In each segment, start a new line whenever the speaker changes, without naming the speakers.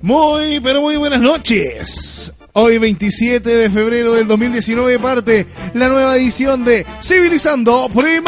Muy, pero muy buenas noches. Hoy 27 de febrero del 2019 parte la nueva edición de Civilizando Primate.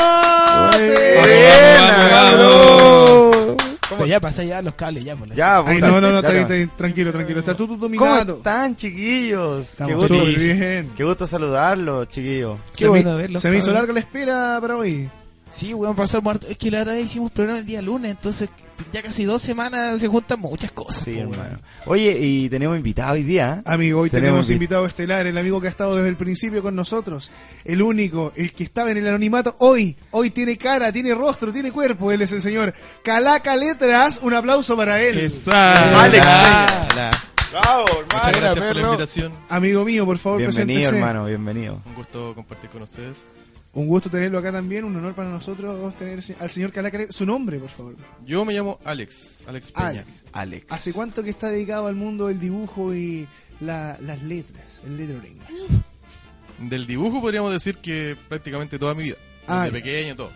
Pero ya pasa ya los cables, ya por la
Ya,
Ay,
puta,
no, no, no,
ya
está bien,
no.
está bien, tranquilo, tranquilo. Está todo
¿Cómo
dominado.
están, chiquillos? Qué
Estamos
gusto,
súper bien.
qué gusto saludarlos, chiquillos.
Qué
se
bueno
me,
verlos,
se me
Ah.
hizo
cabros.
larga la espera para hoy.
Sí, weón, pasamos harto. Es que la otra vez hicimos programa el día lunes, entonces ya casi dos semanas se juntan muchas cosas.
Sí,
po, weón.
hermano. Oye, y tenemos invitado hoy día. ¿eh?
Amigo, hoy
Tenemos
tenemos
que-
invitado estelar, el amigo que ha estado desde el principio con nosotros, el único, el que estaba en el anonimato hoy, hoy tiene cara, tiene rostro, tiene cuerpo, él es el señor Calaca Letras, un aplauso para él. Ah,
Alex.
Hola.
Bravo,
Muchas gracias por la invitación.
Amigo mío, por favor,
Bienvenido,
preséntese.
hermano, bienvenido.
Un gusto compartir con ustedes.
Un gusto tenerlo acá también, un honor para nosotros tener al señor Calaca Letras, su nombre, por favor.
Yo me llamo Alex. Alex Peña.
Alex.
Alex.
¿Hace cuánto que está dedicado al mundo del dibujo y la- las letras, el lettering?
Del dibujo podríamos decir que prácticamente toda mi vida. Desde
Ah, ya.
pequeño, todo.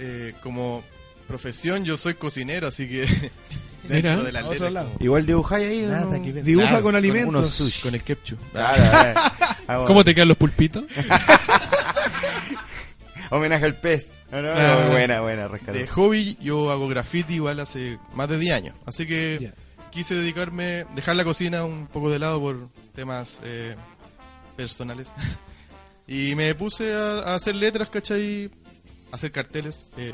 Eh, como profesión yo soy cocinero, así que dentro de las
otro
letras,
lado.
como-
Igual dibujáis ahí.
Nada que ver.
Dibuja
Claro,
con
con
alimentos. Ah,
unos sushi.
con el ketchup.
Ah, ¿Cómo
te quedan los pulpitos?
Homenaje al pez. No, no,
Claro.
no, buena, buena, rescate.
De hobby yo hago graffiti igual hace más de 10 años. Así que quise dedicarme, dejar la cocina un poco de lado por temas eh, personales. Y me puse a, a hacer letras, ¿cachai? A hacer carteles. eh,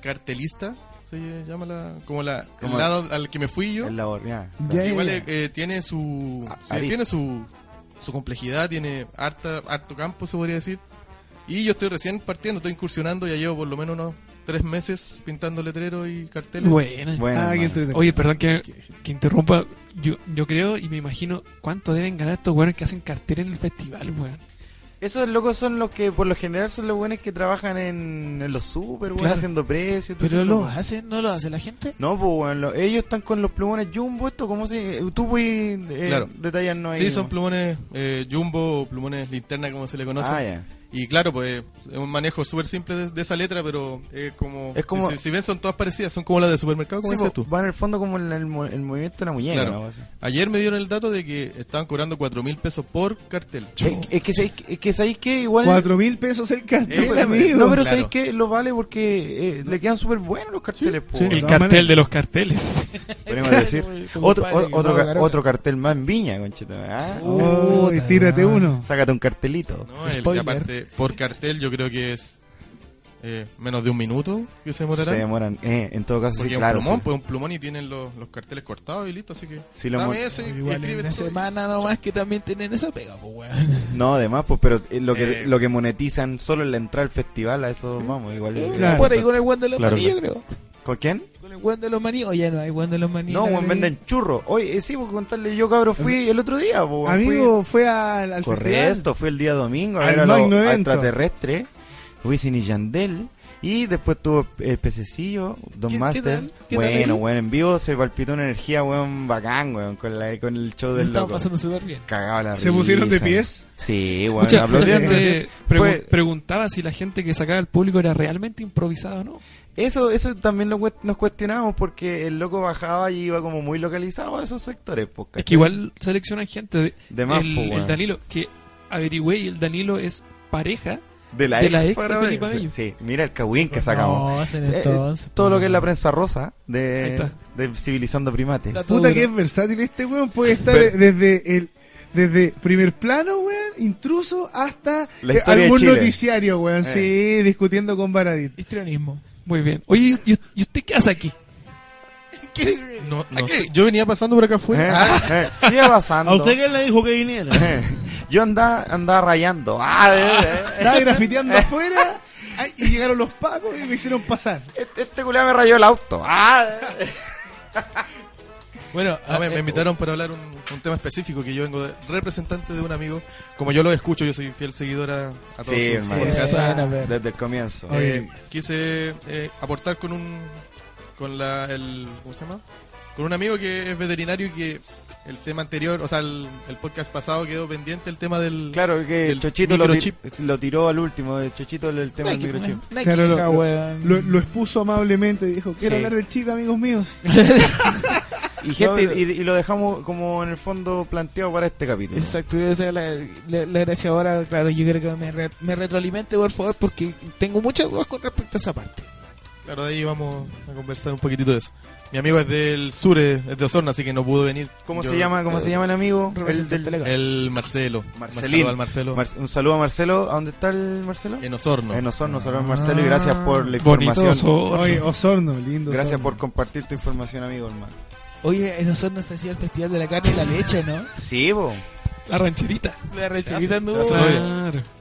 cartelista, se llama la, como la,
Como-
el lado al que me fui yo.
El labor, ya.
Ya,
Igual
ya,
eh, eh, tiene su
Ah,
sí,
ahí.
tiene su, su complejidad, tiene harta, harto campo, se podría decir. Y yo estoy recién partiendo, estoy incursionando, ya llevo por lo menos unos tres meses pintando letreros y carteles.
Bueno.
Bueno,
Ah, qué
hermano.
entretenido.
Oye, perdón que, que interrumpa. Yo, yo creo y me imagino cuánto deben ganar estos weones que hacen cartera en el festival, weón.
Esos locos son los que por lo general son los buenos que trabajan en, en los super, weón,
Claro.
haciendo precios. todo
Pero
eso,
lo
weón.
hacen, no lo hace la gente.
No, pues weón, lo- ellos están con los plumones jumbo, esto, ¿cómo se...? Tú puedes eh,
Claro.
detallarnos ahí.
Sí, son
weón.
plumones eh, jumbo o plumones linterna, como se le conoce.
Ah, ya.
Y claro, pues es un manejo súper simple de, de esa letra, pero es como.
Es como-
Si, si- si ven, son todas parecidas, son como las de supermercado, como
Sí, pues,
dices
po,
tú.
va en el fondo como el, el mo- el movimiento de la muñeca.
Claro.
¿no? Así.
Ayer me dieron el dato de que estaban cobrando cuatro mil pesos por cartel.
Es, es que, sabéis- es que sabéis que igual...
Cuatro mil pesos el
Eh,
cartel,
pero-
amigo.
No, pero
Claro.
sabéis que lo vale porque eh, le quedan súper buenos los carteles. po,
sí.
weón.
El
todas
cartel
maneras.
de los carteles.
Podríamos decir.
Como
otro,
padre,
o- otro,
Pablo
ca-
Garola.
otro cartel más en Viña, conchita. ¿eh?
Oh.
Uy, tírate Oh, uno.
Sácate un cartelito.
No, el-
Spoiler.
aparte, por cartel yo creo que es eh, menos de un minuto que se
Se
demorará.
demoran. Eh, en todo caso,
porque
sí,
es
claro.
un plumón,
sí.
pues un plumón y tienen los, los carteles cortados y listo, así que
Sí, lo
dame
mo-
ese y
Igual en
escribe
una
todo.
semana nomás que también tienen esa pega, pues weón.
No, además, pues, pero eh, lo que
Eh.
lo que monetizan solo en la entrada al festival, a eso vamos, igual. eh,
Claro.
Por ahí con el weón de los
Claro,
maní, yo creo.
¿Con quién?
Con el weón de los maní, o ya no hay weón de los maní.
No,
la
weón,
verdad.
venden churro. Oye, eh, sí, pues contarle, yo cabro fui el otro día, pues, weón, fui-
Amigo, fue al, al festival.
Correcto, fue el día domingo a
Al
ver a los
magno evento.
extraterrestres, Wisin y Yandel. Y después tuvo el pececillo, Don
¿Qué- qué
Master.
tal? ¿Qué tal
bueno,
ahí?
bueno, en vivo se palpitó una energía, weón, bacán, weón, con, la, con el show
Lo
del
Estaba
loco.
pasando súper bien.
Cagaba la
¿Se pusieron de
risa.
pies?
Sí, weón,
Mucha
aplaudieron de pies.
gente pregu-
Fue-
preguntaba si la gente que sacaba al público era realmente improvisada o no.
Eso, eso también lo cuest- nos cuestionamos porque el loco bajaba y iba como muy localizado a esos sectores. Pues,
Es
¿cachai?
que igual seleccionan gente. De,
De más,
el,
po, weón.
el Danilo, que averigüé y el Danilo es pareja.
de la,
de la
ex,
ex de
para-
Felipe Abello.
Sí, mira el cagüín que sacamos.
No, hacen
Eh, eh,
entonces.
todo lo que es la
po.
prensa rosa
Ahí
de,
está.
de Civilizando Eh, Primates.
Está
Puta
duro.
que es versátil este weón. Puede estar eh,
Pero-
desde el desde primer plano, weón, intruso, hasta
La
eh,
historia de
algún
Chile.
noticiario, weón.
Eh.
Sí, discutiendo con Baradit.
Histrionismo.
Muy bien. Oye, ¿y, y usted qué hace aquí?
No, no sé, yo venía pasando por acá afuera. Ah,
Eh, eh, sigue pasando.
quién le dijo que viniera?
Yo andaba, andaba rayando. Ah, eh, eh.
Estaba grafiteando afuera Ay, y llegaron los pacos y me hicieron pasar.
Este, este culiao me rayó el auto. Ah,
Bueno, eh, a ver, Ah, me invitaron para hablar un, un tema específico que yo vengo de representante de un amigo. Como yo lo escucho, yo soy fiel seguidora a todos
sí,
sus
man.
podcasts.
Sana, ver.
Desde el comienzo.
Oye,
Eh, quise eh, aportar con un con la el ¿cómo se llama? Con un amigo que es veterinario y que el tema anterior, o sea, el, el podcast pasado quedó pendiente el tema del
Claro que
del
Chochito lo, ti-
microchip.
lo tiró al último. eh, Chochito el, el tema
Nike,
del microchip.
Nike,
Claro, lo-
hija,
lo-
weón.
Lo, lo expuso amablemente y dijo, quiero
Sí.
hablar del chip, amigos míos.
Y, gente,
No,
y, y lo dejamos como en el fondo planteado para este capítulo.
Exacto, y esa es la, la, la gracia ahora, claro, yo quiero que me, re- me retroalimente, por favor, porque tengo muchas dudas con respecto a esa parte.
Claro, de ahí vamos a conversar un poquitito de eso. Mi amigo es del sur, eh, es de Osorno, así que no pudo venir.
¿Cómo
Yo-
se llama cómo se llama el amigo? El
Representante
del-
legal.
El Marcelo.
Marcelín.
Marcelo al Marcelo. Eh,
Mar- un saludo a Marcelo. ¿A dónde está el Marcelo? Eh,
en Osorno.
En Osorno, saludos Marcelo y gracias por la
Bonito
información.
oso.
Oye, Osorno, lindo.
Gracias
Osorno.
por compartir tu información, amigo hermano.
Oye, en nosotros nos hacía el Festival de la Carne y la Leche, ¿no?
Sí, bo.
La rancherita.
La
rechilita anduvo.
anduvo.
eh.
Se hace todo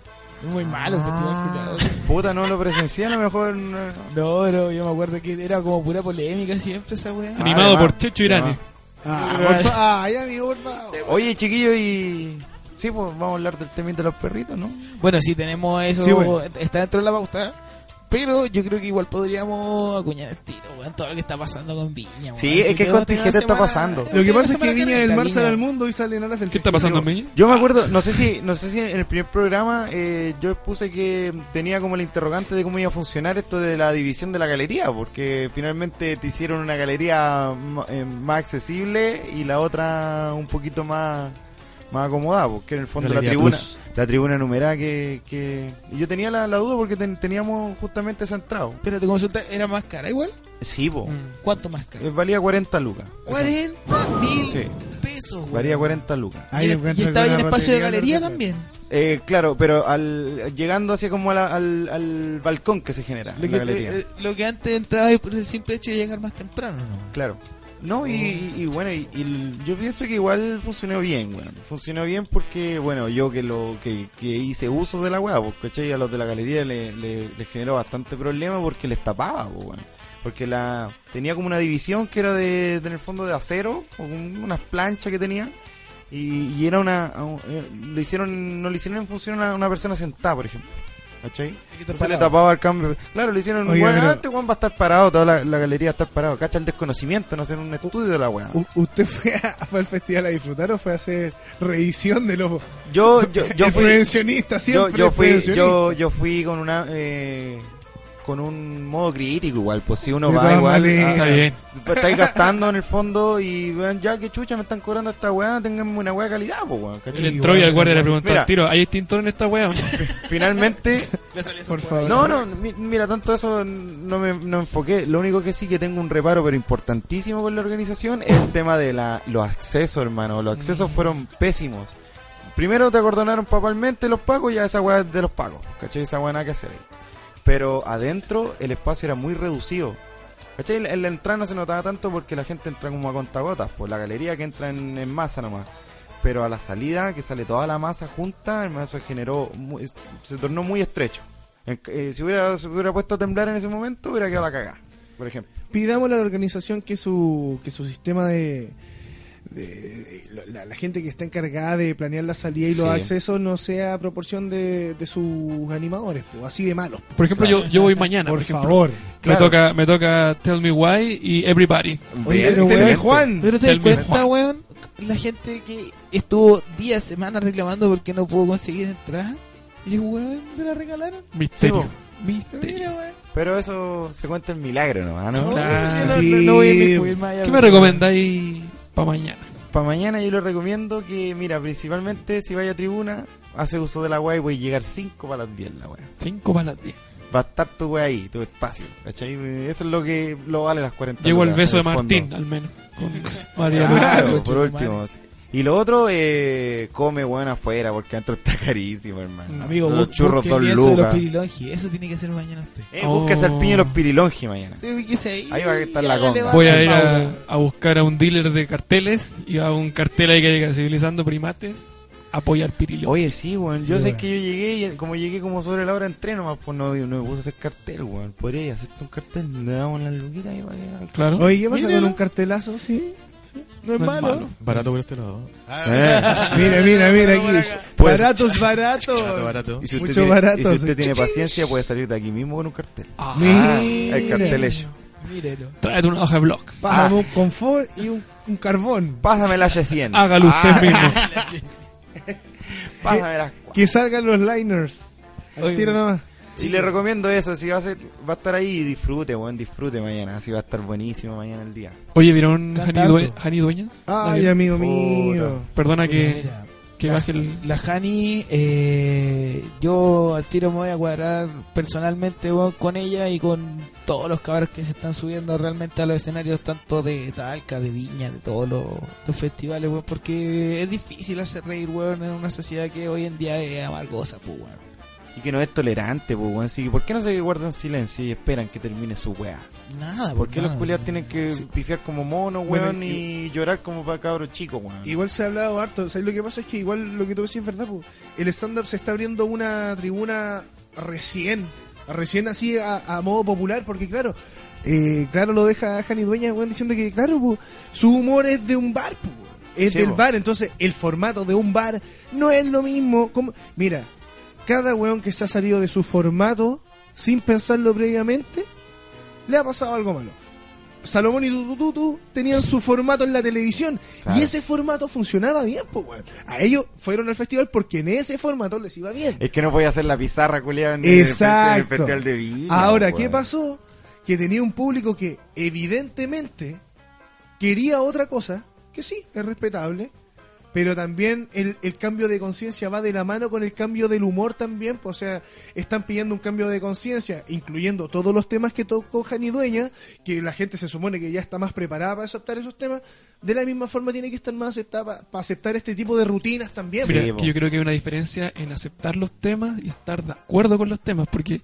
Muy malo el festival, culiao.
Puta, no lo presencié, a lo mejor. eh, no-
No, no, yo me acuerdo que era como pura polémica siempre esa weá.
Animado
además,
por Checho Irane.
además.
Ah, por fa- ay, amigo, por favor.
Oye, chiquillo, y. Sí, pues vamos a hablar del temita de los perritos, ¿no?
ah. Bueno, sí, tenemos eso,
Sí, bueno.
está dentro de la pauta. Pero yo creo que igual podríamos acuñar el tiro, weón, todo lo que está pasando con Viña. weón.
Sí, es
Si
que
tenemos
contingente
una
está
semana-
pasando.
Lo que
tenemos
pasa es
una
que
semana
Viña del
careta,
Mar sale al
Viña.
mundo y salen alas del
¿Qué está pasando a mí?
Yo me acuerdo, no sé si, no sé si en el primer programa eh, yo puse que tenía como el interrogante de cómo iba a funcionar esto de la división de la galería, porque finalmente te hicieron una galería ma- eh, más accesible y la otra un poquito más más acomodada, porque en el fondo la
Galería
tribuna,
Plus.
la tribuna numerada que, que y yo tenía la, la duda porque ten- teníamos justamente centrado.
Pero te consulta, ¿era más cara igual?
Sí, po.
¿Cuánto más cara?
Eh, Valía 40 lucas.
40 mil
Sí.
pesos, güey.
Valía 40 lucas.
Y, y estaba en el espacio de galería también.
Eh, claro, pero al llegando hacia como a la- al, al balcón que se genera.
Lo
en la
que,
galería.
eh, lo que antes entraba ahí por el simple hecho de llegar más temprano, ¿no?
Claro. Oh. No, y, y- y bueno, y, y el- yo pienso que igual funcionó bien, bueno, funcionó bien porque, bueno, yo que lo que, que hice uso de la weá, pues, ¿cachai? A los de la galería le, le- le generó bastante problema porque les tapaba, pues, bueno. Porque la tenía como una división que era de, de en el fondo de acero, o un- unas planchas que tenía, y, y era una, a un- eh, le hicieron, no le hicieron en función a una persona sentada, por ejemplo, ¿cachai? Entonces le tapaba el cambio. Claro, le hicieron un
Oiga,
weón,
pero-
"Ah, este weón va a estar parado, toda la, la galería va a estar parado. Cacha el desconocimiento, no hacer un estudio de la weá.
U- ¿Usted fue, a- fue al festival a disfrutar o fue a hacer revisión de los
Yo, yo, yo
el
fui,
prevencionista
yo,
siempre?
yo
el
fui,
prevencionista.
yo, yo fui con una, eh, con un modo crítico igual, pues si uno
De
va
todas
igual.
maneras.
Está bien.
pues, estáis gastando en el fondo y vean, ya que chucha me están cobrando esta weá, tengan una weá de calidad, pues weón. ¿cachai?
Él entró y al guardia le preguntó
Mira.
al tiro, ¿hay extintor en esta wea?
Finalmente,
Por favor.
No, no, mi- mira, tanto eso no me no enfoqué. Lo único que sí que tengo un reparo, pero importantísimo con la organización, es el tema de la, los accesos, hermano. Los accesos fueron pésimos. Primero te acordonaron papalmente los pagos, ya esa weá es de los pagos. ¿Cachai? Esa weá nada que hacer ahí. Pero adentro el espacio era muy reducido. ¿Cachai? En la- En la entrada no se notaba tanto porque la gente entra como a contagotas, por la galería que entra en, en masa nomás. Pero a la salida, que sale toda la masa junta, hermano, eso generó, muy- se tornó muy estrecho. En- eh, si, hubiera, si hubiera puesto a temblar en ese momento, hubiera quedado la cagada, por ejemplo.
Pidamos a la organización que su, que su sistema de... de- de- lo- la, la gente que está encargada de planear la salida y los
Sí.
accesos no sea a proporción de, de sus animadores, po, así de malos. po.
Por ejemplo, yo, yo voy mañana.
Por,
Por, ejemplo.
favor.
Me
Claro.
toca, me toca Tell Me Why y Everybody.
Oye,
Bien,
pero
excelente.
weón, Juan.
Pero te das
Del mismo
cuenta, weón, la gente que estuvo días, semanas reclamando porque no pudo conseguir entrada. Y weón, se la regalaron.
Misterio.
Sí,
Misterio.
Mira, weón.
Pero eso se cuenta en milagro nomás, ¿no?
Claro.
No,
Sí.
no voy a inmiscuir más allá,
¿Qué me
weón.
recomendáis para mañana?
Para mañana yo les recomiendo que, mira, principalmente si vaya a tribuna, hace uso de la weá y voy a llegar 5 para las 10 la weá.
Cinco para las diez.
Va a estar tu weá ahí, tu espacio. ¿cachai? Eso es lo que lo vale las 40
Llego el
lucas,
beso de
en el fondo.
Martín, al menos. Con María Luz.
Claro,
Claro,
por último.
madre.
sí. Y lo otro, eh, come weón afuera, porque adentro está carísimo,
Mm.
hermano.
Amigo,
los
bu-
churros
busque el
dos
lienzo de los
lucas.
pirilongi. Eso tiene que ser mañana usted.
Eh, búsquese al piño y los pirilongi mañana.
Usted ubíquese
Ahí va a estar la
hágale
conga.
baja
Voy
al
a ir
Mauro.
a, a buscar a un dealer de carteles y a un cartel ahí que diga civilizando primates. apoya al Pirilo.
Oye, sí, weón.
Sí,
yo sé
weón.
que yo llegué y eh, como llegué como sobre la hora entré nomás, pues no, no me puse a hacer cartel, weón. Podría ir a hacerte un cartel, le damos las luquitas y para que...
Claro.
Oye, ¿qué pasa
Míralo.
con un cartelazo? Sí. sí. No es
No es
malo.
malo.
Barato por este lado.
Ah,
Mira, mira, mira aquí.
Pues-
baratos, baratos.
Barato, barato.
Y si usted,
Mucho
tiene,
barato,
y si usted
sí.
tiene paciencia, puede salir de aquí mismo con un cartel.
Ah,
Mira.
el cartel hecho.
Mírelo.
tráete una hoja de blog.
Pásame un confort y un, un carbón.
Pásame la H100.
Hágalo
Ah,
usted mismo.
Pásame las
Que salgan los liners. Al
Oye,
tiro nomás.
Si le recomiendo eso, si va a, ser, va a estar ahí, disfrute, weón, disfrute mañana. Así va a estar buenísimo mañana el día.
Oye, ¿vieron Jani,
Cantando.
Due- Jani Dueñas?
Ay,
Daniel,
amigo
Puta.
mío.
Perdona que,
Mira,
que
la-
baje el...
La Hani, eh, yo al tiro me voy a cuadrar personalmente weón, con ella y con todos los cabros que se están subiendo realmente a los escenarios, tanto de Talca, de Viña, de todos los, los festivales, weón, porque es difícil hacer reír, weón, en una sociedad que hoy en día es amargosa, pues, weón.
Y que no es tolerante, pues, weón. Así que, ¿por qué no se guardan silencio y esperan que termine su weá?
Nada,
Ah, ¿Por qué
hermano,
los culiados
sí.
tienen que
Sí.
pifiar como monos,
Bueno,
weón, y, llorar como para cabros chicos, weón?
Igual se ha hablado harto. O sea, lo que pasa es que igual lo que tú decís es verdad. po. El stand-up se está abriendo una tribuna recién. Recién así a, a modo popular. Porque claro, eh, claro lo deja Jani Dueñas weón, diciendo que claro, po, su humor es de un bar. po. Es
Sí,
del
po.
bar. Entonces el formato de un bar no es lo mismo. Como... Mira, cada weón que se ha salido de su formato sin pensarlo previamente, le ha pasado algo malo. Salomón y Tutututu tenían su formato en la televisión
Claro.
y ese formato funcionaba bien, pues, weón. A ellos fueron al festival porque en ese formato les iba bien.
Es que no voy a hacer la pizarra, culiado, en,
Exacto.
el festival- en el festival de Viña,
Ahora,
weón.
¿qué pasó? Que tenía un público que evidentemente quería otra cosa, que sí, es respetable, pero también el, el cambio de conciencia va de la mano con el cambio del humor también, pues, o sea, están pidiendo un cambio de conciencia, incluyendo todos los temas que tocó Jani Dueña, que la gente se supone que ya está más preparada para aceptar esos temas, de la misma forma tiene que estar más aceptada para aceptar este tipo de rutinas también.
Mira,
Sí, po.
que yo creo que hay una diferencia en aceptar los temas y estar de acuerdo con los temas, porque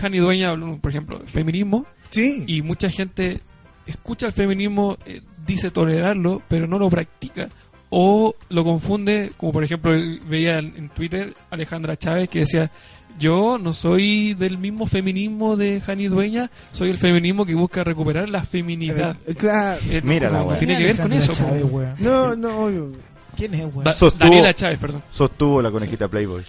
Jani Dueña habló, por ejemplo, de feminismo,
Sí.
y mucha gente escucha el feminismo, eh, dice tolerarlo, pero no lo practica. O lo confunde, como por ejemplo el- veía en en Twitter Alejandra Chávez que decía, yo no soy del mismo feminismo de Jani Dueña, soy el feminismo que busca recuperar la feminidad.
Eh, claro.
Eh, no,
Mira la
como-
weá.
Tiene que ver con
Alejandra
eso. po.
Chávez, weón.
No, no, obvio.
¿Quién es, weón?
Da-
Sostuvo-
Daniela Chávez, perdón.
Sostuvo la conejita Playboy.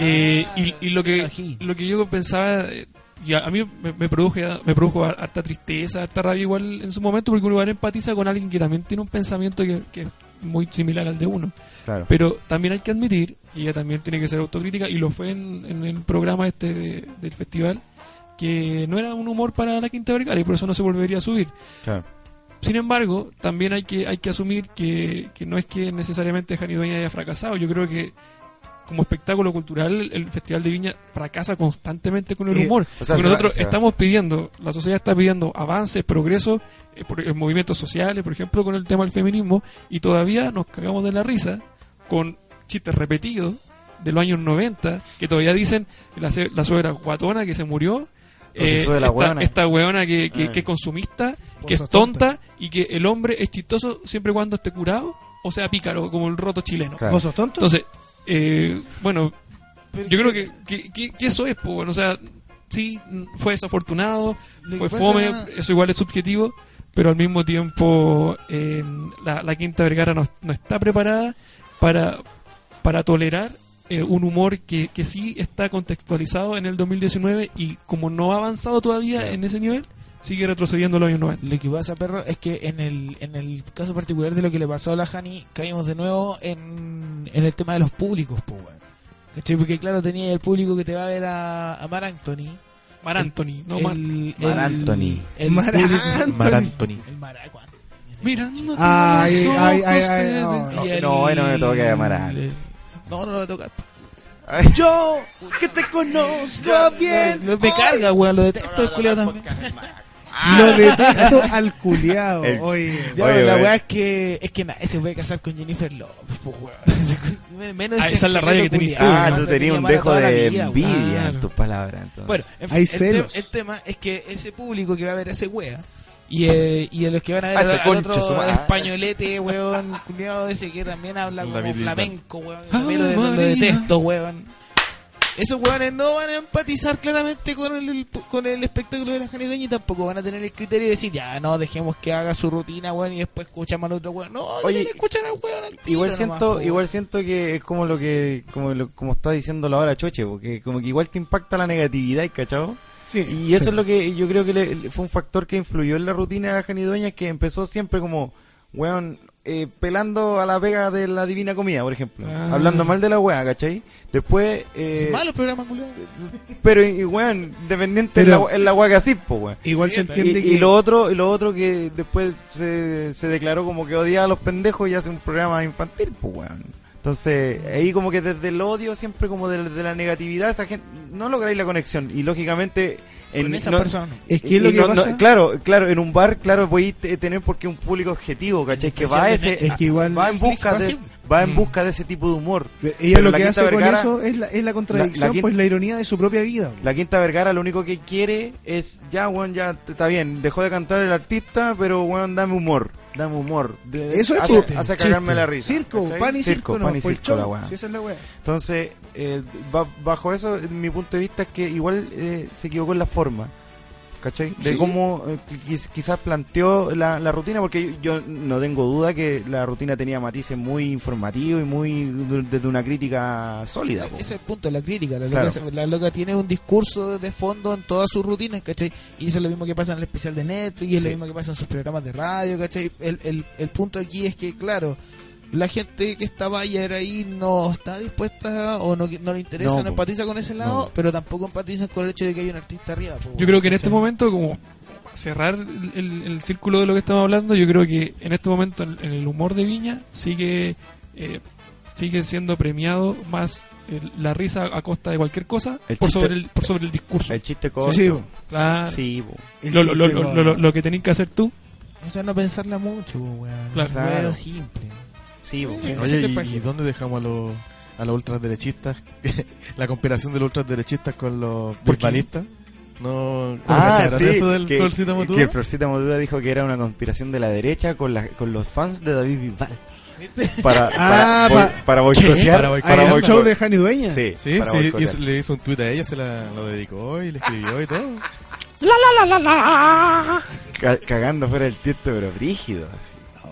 Eh, y, y lo que
Ají.
lo que yo pensaba eh, y a, a mí me, me produjo me produjo har- harta tristeza harta rabia igual en su momento porque uno igual empatiza con alguien que también tiene un pensamiento que, que es muy similar al de uno
Claro.
pero también hay que admitir y ella también tiene que ser autocrítica y lo fue en, en el programa este de- del festival que no era un humor para la quinta vergara y por eso no se volvería a subir
claro.
sin embargo, también hay que, hay que asumir que, que no es que necesariamente Jani Dueña haya fracasado. Yo creo que como espectáculo cultural, el Festival de Viña fracasa constantemente con el
Eh,
humor.
o sea, se va-
Porque nosotros
se va.
estamos pidiendo, la sociedad está pidiendo avances, progreso, eh, por, en movimientos sociales, por ejemplo, con el tema del feminismo, y todavía nos cagamos de la risa con chistes repetidos de los años 90, que todavía dicen la, se- la suegra guatona que se murió,
O se
eh,
sube la Eh.
esta,
hueona.
esta weona que, que-
Ay.
que es consumista,
Vos
que es
sos
tonta,
tonta.
y que el hombre es chistoso siempre y cuando esté curado o sea pícaro, como el roto chileno.
Claro.
¿Vos sos tonto?
Entonces, eh, bueno, yo creo que, que, que- que eso es, pues, bueno, o sea, sí, n- fue desafortunado,
Lo
fue
que pasa-
fome, eso igual es subjetivo, pero al mismo tiempo eh, la, la Quinta Vergara no, no está preparada para, para tolerar eh, un humor que, que sí está contextualizado en el 2019 y como no ha avanzado todavía en ese nivel, sigue retrocediendo los años 90.
Lo que pasa, perro, es que en el, en el caso particular de lo que le pasó a la Hani, caímos de nuevo en, en el tema de los públicos, po, weón. ¿Cachai? Porque claro, tenía el público que te va a ver a, a Mar Anthony.
Mar Anthony, no Mar.
el,
Mar Anthony.
El
Mar
público-
Anthony.
Mar Anthony.
El Mar Aqua.
Mirándote
Ay,
a los
ay,
ojos
ay, ay,
de-
no.
Y
No, bueno, me toca llamar a
el-
Alex.
No, no lo voy a tocar. po.
Yo, que te conozco bien.
Lo- Me carga, weón, lo detesto el culiao también.
Lo detesto al culiao.
Ah. El-
Oye,
Ya,
Oye,
la
weón.
weá es que, es que nadie se puede casar con Jennifer López, po, weón. Menos
Ah, esa es la
asqueroso
raya que tenés tú,
culiao,
Ah,
weón,
tú
te
tenías un
llamar a
dejo
toda la
de
vida,
envidia
weón.
claro.
en tus palabras, entonces.
Bueno, en fin,
Hay
el, te-
celos.
el tema es que ese público que va a ver a ese wea Y, eh, y de los que van a ver
Ah, ese
al- al
conche
otro
su madre.
españolete, weón, culiado ese que también habla como
David Bisbal.
flamenco, weón.
Ah,
que también lo, lo
María.
detesto, weón. Esos weones no van a empatizar claramente con el, el- con el espectáculo de la Janideña y tampoco van a tener el criterio de decir, ya, no, dejemos que haga su rutina, weón, y después escuchamos al otro weón. No,
Oye,
Oye, escuchar al weón al tiro
Igual
nomás,
siento,
po,
igual siento que es como lo que, como lo- como está diciendo la hora Choche, porque como que igual te impacta la negatividad, ¿cachao?
Sí.
Y eso es lo que yo creo que le- le- fue un factor que influyó en la rutina de Janidoña, que empezó siempre como, weón, eh, pelando a la pega de la divina comida, por ejemplo.
Ah.
Hablando mal de la weá, ¿cachai? Después, eh,
Son malos programas, culiado.
pero, y, weón, dependiente en
Pero-
la- en la weá que así, po, weón.
Igual se
Y,
entiende que.
y lo otro, y lo otro que después se, se declaró como que odiaba a los pendejos y hace un programa infantil, pues weón. Entonces, ahí como que desde el odio, siempre como de, de la negatividad, esa gente, no lográis la conexión. Y lógicamente, en,
Con esas
no-
personas.
es que es lo
y
que
no- no-
pasa.
claro, claro, en un bar, claro, voy a te- tener porque un público objetivo, ¿cachai? Que va a ese,
Es que igual
va en
Netflix
busca
va
de,
así.
va en busca de ese tipo de humor.
Ella
Pero
lo
la
que
Quinta
hace con
Vergara-
eso es la, es la contradicción,
Quinta-
pues la ironía de su propia vida. pues.
La Quinta Vergara lo único que quiere es, ya, weón, ya t- está bien, dejó de cantar el artista, pero, weón, dame humor, dame humor. De-
Eso es
hace,
chiste,
hace cagarme
chiste.
la risa.
Circo,
¿cachai?
pan y circo, no,
pan y
por el
circo,
show,
la weá.
si esa es la weá.
Entonces, eh, ba- bajo eso, eh, mi punto de vista es que igual eh, se equivocó en la forma, ¿cachai? De
Sí.
cómo eh, qui- qui- quizás planteó la, la rutina, porque yo, yo no tengo duda que la rutina tenía matices muy informativos y muy desde una crítica sólida. po.
Ese es el punto, la crítica. La
Claro.
loca, la loca tiene un discurso de fondo en todas sus rutinas, ¿cachai? Y eso es lo mismo que pasa en el especial de Netflix, y es
Sí.
lo mismo que pasa en sus programas de radio, ¿cachai? El, el, el punto aquí es que, claro, la gente que estaba ayer ahí no está dispuesta o no, no le interesa,
No,
no,
po.
empatiza con ese lado,
No.
pero tampoco empatizan con el hecho de que hay un artista arriba. po,
Yo creo que en este
¿cachai?
momento, como para cerrar el, el- el círculo de lo que estamos hablando, yo creo que en este momento en, en el humor de Viña sigue, eh, sigue siendo premiado más el- la risa a costa de cualquier cosa
El
por
chiste-
sobre, el, por sobre el discurso.
El chiste corto.
Sí, sí, po.
Claro.
Sí, po.
El
Lo, lo- lo-
chiste,
lo-
po.
lo- lo que tenéis que hacer tú.
Eso es no pensarla mucho, po, weón.
Claro.
Un huevo
Claro.
simple.
Sí, po.
Sí.
Oye,
Este
¿y,
paje.
y dónde dejamos a los, a los ultraderechistas? la comparación de los ultraderechistas con los
¿Por qué?
verbalistas. No,
Ah,
¿cacharon
sí,
eso del
que,
Florcita Motúa?
que Florcita Motúa dijo que era una conspiración de la derecha con, la- con los fans de David Bisbal. Para, para,
Ah,
boi-
pa-
para boicotear.
Para boicotear.
Ah,
Para
el
boicotear.
show de Jani Dueña.
Sí,
Sí,
para
sí,
boicotear.
hizo- le hizo un tweet a ella, se la, lo dedicó y le escribió y todo.
Ca- cagando fuera el tiesto, pero brígido. así.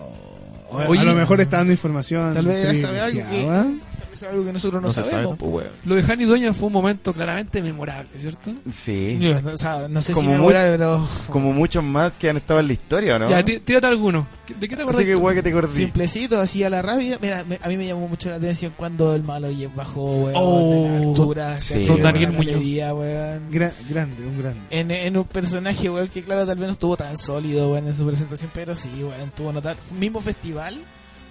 O- a,
Oye.
lo mejor está dando información.
Tal vez sabe
privilegiada.
algo que- Eso es algo que nosotros no,
No se
sabemos,
sabe.
po, weón.
Lo de Jani Doña fue un momento claramente memorable, ¿cierto?
Sí.
Yo, no, o sea, no sé
Como
si me
muy-
voy a- pero...
Como muchos más que han estado en la historia, ¿o ¿no?
Ya, tí- tírate alguno. ¿De qué te acordás?
Así que
tú?
guay que te acordé.
Simplecito, así a la rabia. Mira, me- a mí me llamó mucho la atención cuando el malo y bajó, weón.
Oh,
de la altura,
sí,
¿cachai?
Don
Con
Daniel
la
Muñoz.
galería, weón.
Gra- grande, un grande.
En, en un personaje, weón, que claro, tal vez no estuvo tan sólido, weón, en su presentación, pero sí, weón, tuvo notar. Mismo festival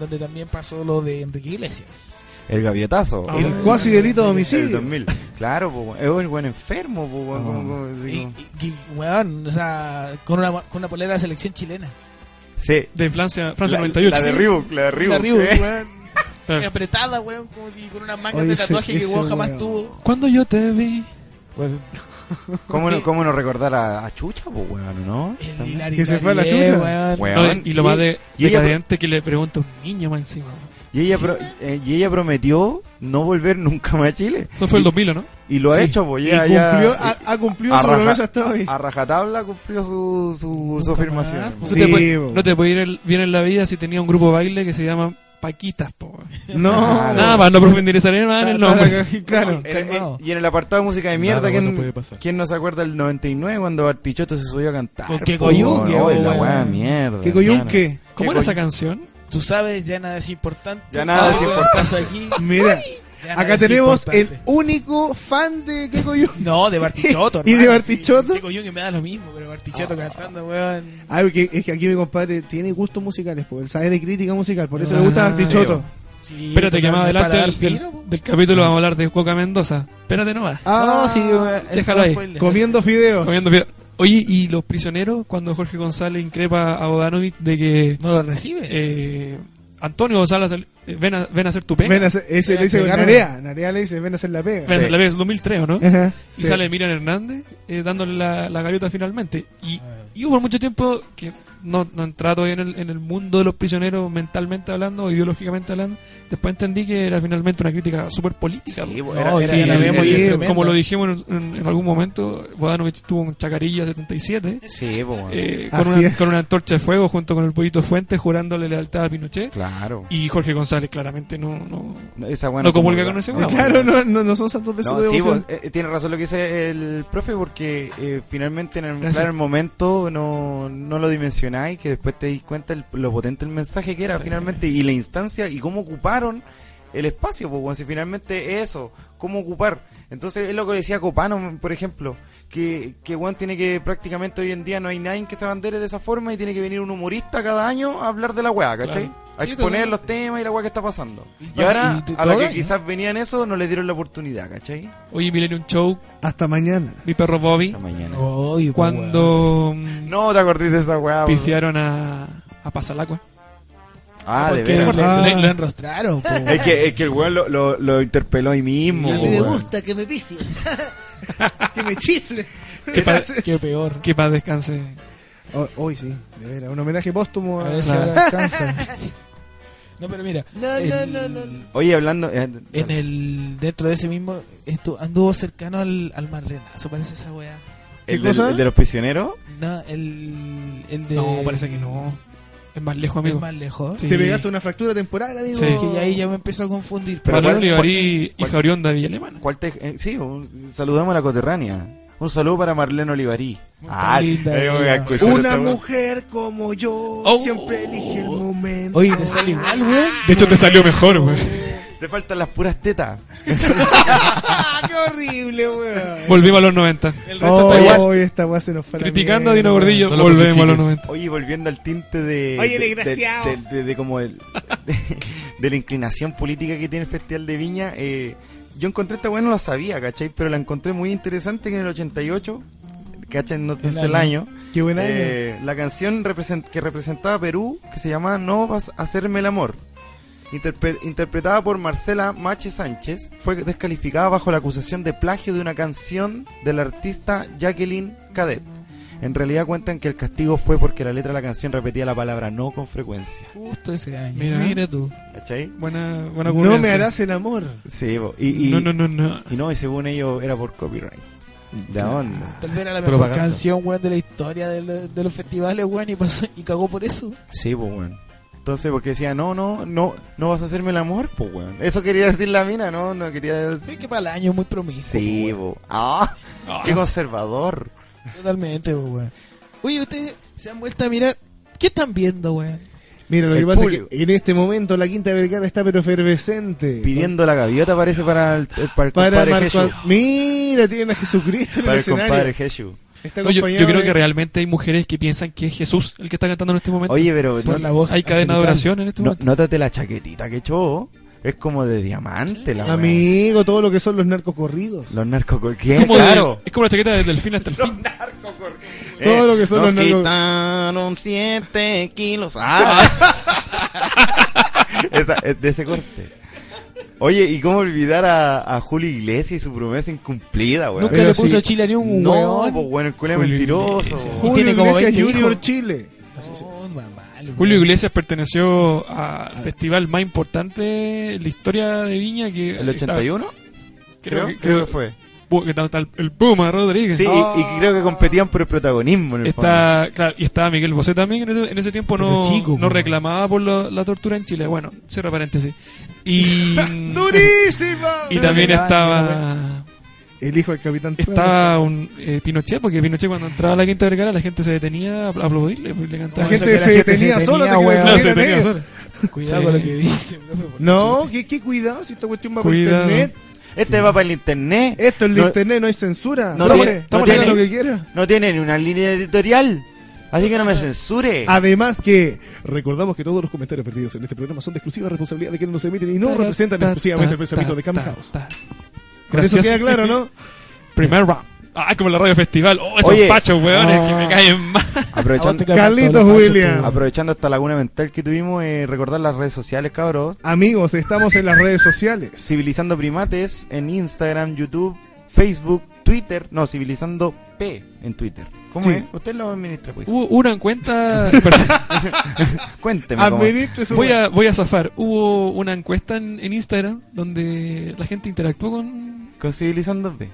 donde también pasó lo de Enrique Iglesias.
El gaviotazo.
Ah,
el
bueno.
cuasi delito de
El
homicidio.
2000. Claro, po, es un buen enfermo, po, weón,
Ah.
como- como- así
Y,
como-
y- y, weón, o sea, con una, con una polera de la selección chilena.
Sí.
De Francia, Francia
La-
98.
La de Reebok, la de Reebok.
La Reebok,
eh.
weón,
Claro.
apretada, weón, como si con unas mangas
Oye,
de
ese-
tatuaje que
ese
weón jamás
weón.
tuvo.
Cuando yo te vi.
Weón,
¿Cómo no, cómo no recordar a, a Chucha, pues, weón, no?
el
También.
Hilary
Que se fue a la
Carrier,
chucha.
weón.
No, y lo más de
y ella-
decadente que le pregunta a un niño más encima.
y ella, pro- eh, y ella prometió no volver nunca más a Chile.
Eso fue el 2000, ¿no?
Y lo ha
Sí.
hecho, pues,
Y
ya, ya-
cumplió, ha, ha cumplido
a
su
raja-
promesa hasta hoy.
a rajatabla cumplió su, su, su
Nunca
afirmación.
más, po.
Tú te
Sí,
puedes-
po.
no te puede ir el- bien en la vida si tenía un grupo de baile que se llama Paquitas, po.
No,
Claro.
Nada, para no profundizar en el nombre.
Para que- claro.
En- en-
Calmado.
y en Ah, el apartado de música de mierda,
Nada
¿quién,
bueno puede pasar.
quién no se acuerda del 99 cuando Artichoto se subió a cantar?
Con qué
po,
coyunque,
no, la
weón.
weá de mierda.
Que coyunque.
hermano.
¿Cómo
Qué
era esa
coy-
canción?
Tú sabes, ya nada es importante.
Ya nada
Así
es
que
importante.
estás aquí,
Mira,
ya nada
acá
es
tenemos el
importante.
único fan de que coyunque.
No, de Bartichotto.
¿Y de
hermano,
Bartichotto?
sí. Digo yo que me da lo mismo, pero Bartichotto cantando, weón.
Ah, porque es que aquí mi compadre tiene gustos musicales, porque él sabe de crítica musical, por eso le
Ah,
gusta Artichoto.
sí,
Sí,
Espérate que más
totalmente
adelante
para
del,
dar
del-
filo, po.
del capítulo vamos a hablar de Cuoca Mendoza. Espérate nomás.
Ah,
no, sí, weón,
déjalo ahí.
spoiler.
comiendo fideos.
Comiendo piedra. Oye, ¿y los prisioneros cuando Jorge González increpa a Odanovich de que
No lo recibe.
eh, Antonio González eh, ven a, ven a hacer tu pega?
Ven a hacer- ese
Ven
le
a
dice
pegar,
Narea, Narea le dice, ven a hacer la pega.
Ven a hacer la pega, es 2003, ¿o ¿no?
Ajá,
Y
sí.
sale Miriam Hernández eh, dándole la, la gaviota finalmente. Y
Ah.
Y hubo mucho tiempo que no, no entraba todavía en el, en el mundo de los prisioneros mentalmente hablando, ideológicamente hablando. Después entendí que era finalmente una crítica súper política. po.
era-
No,
era-
sí,
era
el-
bien
el-
muy-
tremendo.
Como lo dijimos en, en- en algún momento, Bodanovich tuvo un chacarilla 77
Sí, po, weón.
eh,
Así
con, una,
es.
con una antorcha de fuego junto con el pollito Fuentes jurándole lealtad a Pinochet.
Claro.
Y Jorge González claramente no, no,
Esa weá
no comulga con ese weón.
Claro, no, no, no son santos de su
No, sí,
devoción.
vos, eh, tiene razón lo que dice el profe, porque eh, finalmente en el,
Gracias.
claro, en el momento no, no lo dimensionáis, que después te dis cuenta el- lo potente el mensaje que era
Sí.
finalmente y la instancia y cómo ocuparon el espacio, pues, weón, si finalmente eso, cómo ocupar. Entonces es lo que decía Copano, por ejemplo, que, que weón, tiene que prácticamente hoy en día no hay nadie que se abandere de esa forma y tiene que venir un humorista cada año a hablar de la weá, ¿cachai?
Claro.
A
Sí,
exponer
totalmente.
los temas y la weá que está pasando. Y
pasa-
ahora,
y te-
a la
todo
que
daño.
quizás venían eso, no le dieron la oportunidad, ¿cachai?
Oye, Millennium Show,
Hasta mañana.
mi perro Bobby,
Esta mañana.
Oh.
Oy, po, weón.
cuando mm,
No te acordás de esa weá. bro.
pifiaron a, a Pasalacua.
Ah, de
Porque
veras.
le-
Ah.
le- lo enrostraron. po, weón.
Es que, es que el weón lo, lo, lo interpeló ahí mismo.
a mí me
weón.
gusta que me pifie. que me chifle.
Que pa-
Qué peor.
Que paz descanse.
Ho- Oh, Hoy sí, de veras. Un homenaje póstumo
A
a...
ver si
Claro.
ahora alcanza. No, pero mira.
Ah. No,
el-
no, no, no, no.
Oye, hablando. eh,
En
dale.
el, dentro de ese mismo, estu- anduvo cercano al, al marrenazo, parece esa weá.
¿Qué
¿El del-
cosa?
el de los prisioneros.
No, el, el de.
No, parece que no. Eh, Es más lejos,
Es
amigo.
más lejos.
Sí.
Te pegaste una fractura temporal, amigo.
Sí.
Que ya ahí ya me empezó a confundir.
Pero
Manuel
¿cuál-
Olivarí y
cuál-
Jaurión de Villa Alemana.
¿Cuál te, eh, sí, un- saludamos a la coterránea. Un saludo para Marlene Olivarí.
linda
eh,
ella.
voy a escuchar
Una
esa weá.
mujer como yo siempre elige el momento.
Oye, te sale igual, weón.
De hecho, te salió mejor, güey.
Te faltan las puras tetas.
¡Ah, ¡Qué horrible, weón!
Volvimos a los 90.
El
resto está igual.
esta weá se nos fue a la
Criticando a
mierda,
Dino Gordillo,
No lo
volvemos a los
crucifiques.
90.
Oye, volviendo al tinte de.
Oye,
de-
desgraciado.
De, de- de- de como el. De, de la inclinación política que tiene el Festival de Viña. eh, yo encontré esta weá, no la sabía, ¿cachai? Pero la encontré muy interesante que en el 88. ¿cachai? No es el año.
Qué buen año.
eh, la canción represent- que representaba a Perú, que se llamaba No vas a hacerme el amor. interpre- interpretada por Marcela Mache Sánchez, fue descalificada bajo la acusación de plagio de una canción del artista Jacqueline Cadet. En realidad cuentan que el castigo fue porque la letra de la canción repetía la palabra no con frecuencia.
Justo ese año.
Mira.
Mira, tú.
¿Cachai?
Buena, buena
No me
ocurrencia.
harás el amor.
Sí, po. y, y,
No, no, no, no.
y no, y según ellos era por copyright. ¿De dónde?
Tal vez era la mejor
Propaganda.
canción, weón, de la historia de, lo- de los festivales, weón, y, pasó, y cagó por eso.
Sí, pues, weón. Entonces, porque decía, no, no, no, no vas a hacerme el amor, pues, weón. Eso quería decir la mina, no, no quería...
Es que para el año es muy promiscuo.
Sí,
weón.
po. Ah,
Ah.
qué conservador.
Totalmente, weón. Oye, ustedes se han vuelto a mirar. ¿Qué están viendo, weón?
Mira, lo
El
que pasa
público.
es que en este momento la Quinta Vergara está pero efervescente.
Pidiendo la gaviota parece para el, eh, para el
Para
compadre
Marco.
Jesús.
Mira, tienen a Jesucristo en
Para
el
el compadre
escenario.
Jesús.
Está
No, yo, yo
acompañado
creo
este de-
que realmente hay mujeres que piensan que es Jesús el que está cantando en este momento.
Oye, pero no-
Por la voz
hay cadena de
angelical.
oración en este
no-
momento.
nótate la chaquetita que echó. Es como de diamante la weá.
Amigo, todo lo que son los narcocorridos.
Los narcos... ¿Qué?
Como de-
claro.
es como la chaqueta del delfín hasta el fin.
Todo lo que son
Eh, nos
los narcos-
quitaron 7 kilos. Ah. Esa- es de ese corte. Oye, ¿y cómo olvidar a, a Julio Iglesias y su promesa incumplida, weón?
Nunca
Pero
le puso
sí.
chile a ni un
No,
weón.
pues bueno, el culo es
Julio
mentiroso.
Iglesias.
weón.
Julio
tiene como
Iglesias
20
Junior
hijos.
Chile.
No, mamá, weón.
Julio Iglesias perteneció al festival más importante en la historia de Viña que
¿El 81?
creo, que,
creo que fue.
bu- que está- está el- el Puma Rodríguez.
Sí, y, y creo que competían por el protagonismo Ah, en el
Está, claro, y estaba Miguel Bosé también, que en ese, en ese tiempo no,
Pero chico,
no
po.
reclamaba por la, la tortura en Chile. Bueno, cierra paréntesis. Y,
¡Durísima!
y también
Dale,
estaba
El hijo del capitán Trueno.
estaba un, eh, Pinochet, porque Pinochet cuando entraba a la Quinta Vergara la gente se detenía a apl- aplaudirle, porque le
La
cantaba.
Bueno,
gente
eso
se
que la gente
detenía
se
sola.
detenía,
te
weón.
creo que
Claro, se
era
detenía
negro.
sola.
Cuidado
Sí.
con lo que dice, profe, porque-
No, ¿qué, qué cuidado si esta cuestión va por
Cuidado.
internet.
Este va para el internet.
Esto en
No-
internet no hay censura.
No
Profe,
tiene- no
diga
tiene-
lo que quiera.
No tiene ni una línea editorial. Así que no me censure.
Además que recordamos que todos los comentarios perdidos en este programa son de exclusiva responsabilidad de quienes los emiten y no representan
Ta,
exclusivamente el
ta,
pensamiento
ta,
de
ta,
Cam House.
ta.
Con eso
Gracias.
queda claro, ¿no?
Primer round. Ah, como la radio festival. Oh, esos
Oye.
pachos, weones,
Ah.
que me caen mal.
Aprovechando,
Carlitos William.
aprovechando esta laguna mental que tuvimos, eh, recordar las redes sociales, cabros.
Amigos, estamos en las redes sociales.
Civilizando Primates en Instagram, YouTube, Facebook, Twitter, no, Civilizando P en Twitter. ¿Cómo
Sí.
es? Usted lo administra, pues.
Hubo una encuesta. perdón,
Cuénteme. cómo es.
Administre su
voy, a, voy a zafar. Hubo una encuesta en, en Instagram donde la gente interactuó con.
Con Civilizando P.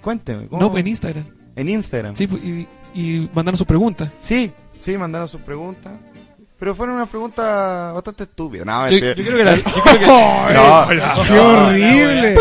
Cuénteme. ¿cómo?
No, en Instagram.
En Instagram.
Sí, pues, y, y mandaron sus preguntas.
Sí, sí, mandaron sus preguntas. Pero fueron unas preguntas bastante estúpidas. No,
Yo, yo
este-
creo que la. yo creo que-
No, no,
¡Qué horrible!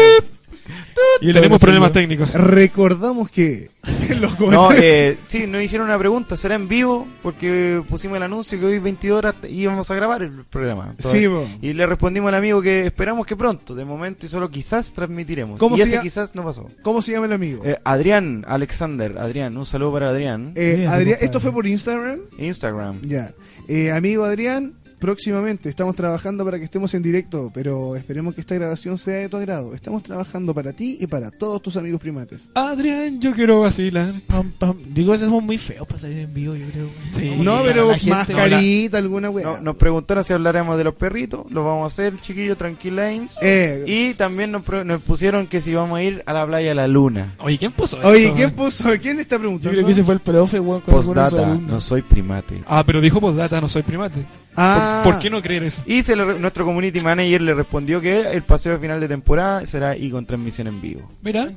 y tenemos problemas técnicos.
Recordamos que en los
No,
comentarios.
eh, sí, nos hicieron una pregunta. ¿Será en vivo? Porque pusimos el anuncio que hoy 22 horas te- íbamos a grabar el programa.
Sí, bo.
Y le respondimos al amigo que esperamos que pronto, de momento y solo quizás transmitiremos.
¿Cómo
y
se
ese
llama?
quizás no pasó.
¿Cómo se llama el amigo?
Eh, Adrián, Alexander, Adrián, un saludo para Adrián.
Eh,
mira,
Adrián,
compadre.
esto fue por Instagram.
Instagram.
Ya. Eh, amigo Adrián, próximamente estamos trabajando para que estemos en directo, pero esperemos que esta grabación sea de tu agrado. Estamos trabajando para ti y para todos tus amigos primates.
Adrián, yo quiero vacilar.
Pam, pam. Digo, esos son muy feos para salir en vivo, yo creo. güey.
Sí.
¿Cómo
No,
llegar a
pero
la gente, güey?
mascarita, alguna weá.
No- nos preguntaron si habláramos de los perritos, lo vamos a hacer, chiquillos, tranquilains.
Eh,
Y también nos, pre- nos pusieron que si vamos a ir a la playa de la luna.
Oye, ¿quién puso
Oye,
eso,
¿quién
man?
puso? ¿Quién está preguntando?
Yo creo que ese fue el profe, weón, cuando fueron sus
Postdata, no
alumnos.
soy primate.
Ah, pero dijo postdata, no soy primate. ¿Por-
Ah,
¿Por, qué no creer eso?
Y se le re- nuestro community manager le respondió que el paseo de final de temporada será y con transmisión en vivo.
Mira,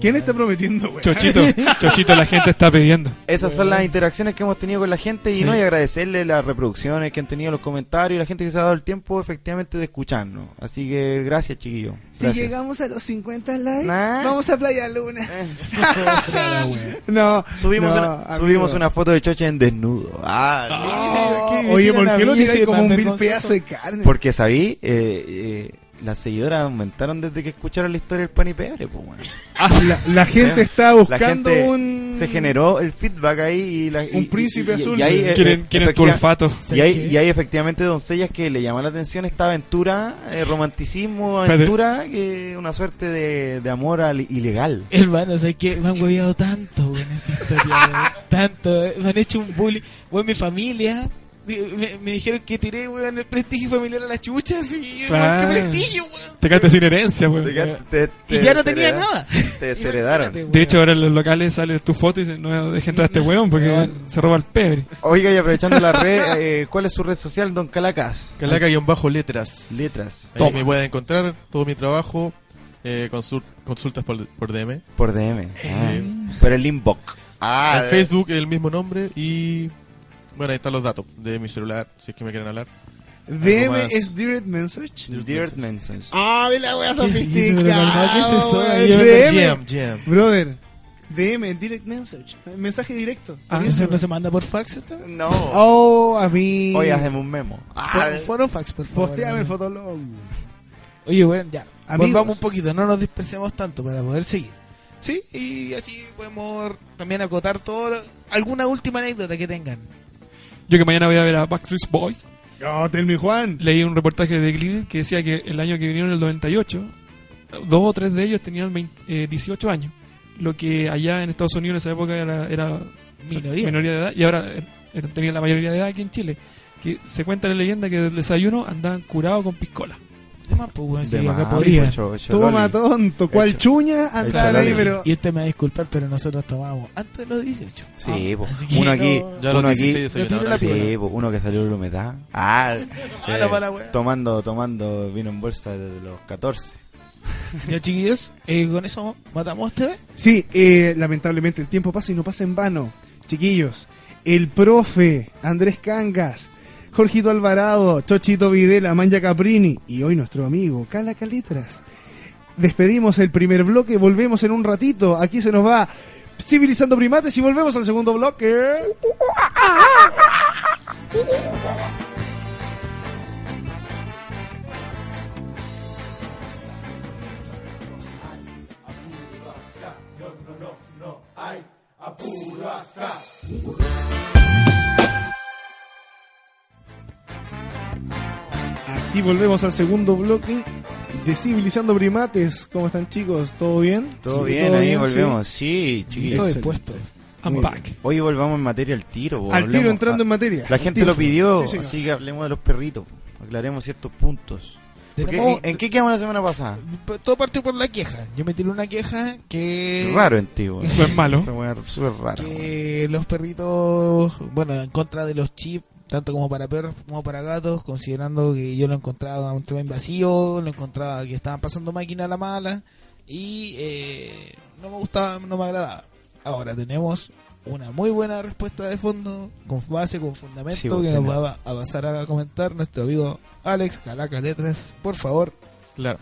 ¿Quién está prometiendo, weá?
Chochito, Chochito, la gente está pidiendo.
Esas son las interacciones que hemos tenido con la gente y
Sí.
no hay agradecerle las reproducciones que han tenido, los comentarios y la gente que se ha dado el tiempo efectivamente de escucharnos. Así que gracias, chiquillo.
Si
Gracias.
llegamos a los 50 likes,
Nah.
vamos a Playa Luna.
Eh.
No,
Subimos,
no,
una,
amigo.
subimos una foto de Chocha en desnudo. Ah,
Oh, qué
Oye,
bien,
¿por qué lo
amigo,
tiráis
ese
como
más
un vil
vergonzoso.
pedazo de carne?
Porque sabí, eh, eh, las seguidoras aumentaron desde que escucharon la historia del pan y pebre, pues, weón.
La, la gente
Eh,
está
La
buscando
gente
un...
se generó el feedback ahí y la-
Un
y-
príncipe
y- y-
azul.
y ahí, eh,
Quieren, quieren tu
efectiva-
olfato.
Y hay,
¿Sabes qué?
y hay efectivamente doncellas que le llaman la atención esta aventura, eh, romanticismo,
Espérate.
aventura, que una suerte de, de amor al- ilegal.
Hermano, ¿sabes qué? Me han hueviado tanto, güey, en esa historia, güey. Tanto, eh. me han hecho un bullying. Güey, mi familia, di- me, me dijeron que tiré, güey, el prestigio familiar a las chuchas y,
Claro.
güey, qué prestigio, güey.
Te quedaste sin herencia, pues. weón.
Eh, Y ya no tenía nada.
Te desheredaron.
Imagínate, güey.
De hecho, ahora en los locales sale tu foto y dicen, no deje entrar a este weón porque se roba el pebre.
Oiga, y aprovechando la red, eh, ¿cuál es su red social, don Calacas?
Calaca-letras.
Letras.
Eh.
Ahí me pueden encontrar todo mi trabajo, eh, consul- consultas por, por DM.
Por
Eh.
DM. Ah, por el inbox. Ah,
en Facebook el mismo nombre y... Bueno, ahí están los datos de mi celular, si es que me quieren hablar.
DM
Algo más.
es Direct Message.
Dirt Message.
Ah, de la wea
Sí, sí, sí, pero
Ah,
¿verdad que es eso?
weón,
Yo-
DM.
Jam, jam.
Brother, DM, Direct Message. Mensaje directo.
Ah, ¿Eso no se manda por fax esta? vez?
No.
Oh, a mí.
Hoy hacemos un memo. Ah,
Fu- Fueron fax, por favor.
Posteame
hermano.
el fotolog.
Oye, weón, ya.
Amigos.
Volvamos un poquito, no nos dispersemos tanto para poder seguir. Sí, y así podemos también acotar todo. lo- Alguna última anécdota que tengan.
Yo que mañana voy a ver a Backstreet Boys.
No, tell me Juan.
Leí un reportaje de Glee que decía que el año que vinieron, el 98, dos o tres de ellos tenían 20, eh, 18 años. Lo que allá en Estados Unidos en esa época era, era
Minoría.
de edad. Y ahora eh, eh, tenían la mayoría de edad aquí en Chile. Que se cuenta la leyenda que del desayuno andaban curados con piscola.
De más, pues, weón, si
de
acá
más,
podría.
mucho, mucho
Toma
loli.
tonto. ¿Cuál
Hecho.
chuña? Andar
Hecho,
ahí,
dale.
pero.
Y usted me va a disculpar, pero nosotros tomamos antes de los 18.
Sí, po.
así que
uno aquí,
no-
Ya a los
uno aquí,
16 desayunaba.
tiro la
sí,
piola.
po, uno que salió de la humedad. Ah,
Mala
eh,
pa' la wea.
tomando, tomando vino en bolsa desde los 14.
Ya, chiquillos, eh, con eso matamos este vez.
Sí, eh, lamentablemente el tiempo pasa y no pasa en vano. Chiquillos, el profe Andrés Cangas, Jorgito Alvarado, Chochito Videla, Manja Caprini y hoy nuestro amigo Cala Calitras. Despedimos el primer bloque, volvemos en un ratito. Aquí se nos va civilizando primates y volvemos al segundo bloque. Aquí volvemos al segundo bloque de civilizando primates. ¿Cómo están chicos? ¿Todo bien?
Todo
Sí,
bien, ahí
sí.
volvemos. Sí,
Esto
chiquillos.
Excelente.
dispuesto.
I'm
Muy
back.
Hoy volvamos en materia al tiro. pues, po,
Al
hablemos-
tiro entrando
ah,
en materia.
La gente lo pidió,
Sí, señor.
así que hablemos de los perritos. po. Aclaremos ciertos puntos. Porque,
Tenemos-
¿En qué quedamos la semana pasada?
Todo partió por la queja. Yo me tiré una queja que...
Raro en ti, weón.
Fue malo.
Esa weá es súper rara. weón.
Eh, que los perritos, bueno, en contra de los chips, tanto como para perros como para gatos, considerando que yo lo encontraba un tema invasivo, lo encontraba que estaban pasando máquina a la mala y eh, no me gustaba, no me agradaba. Ahora tenemos una muy buena respuesta de fondo, con base, con fundamento,
Sí,
que
porque
nos
no.
va a pasar a comentar nuestro amigo Alex Calaca Letras. Por favor,
Claro.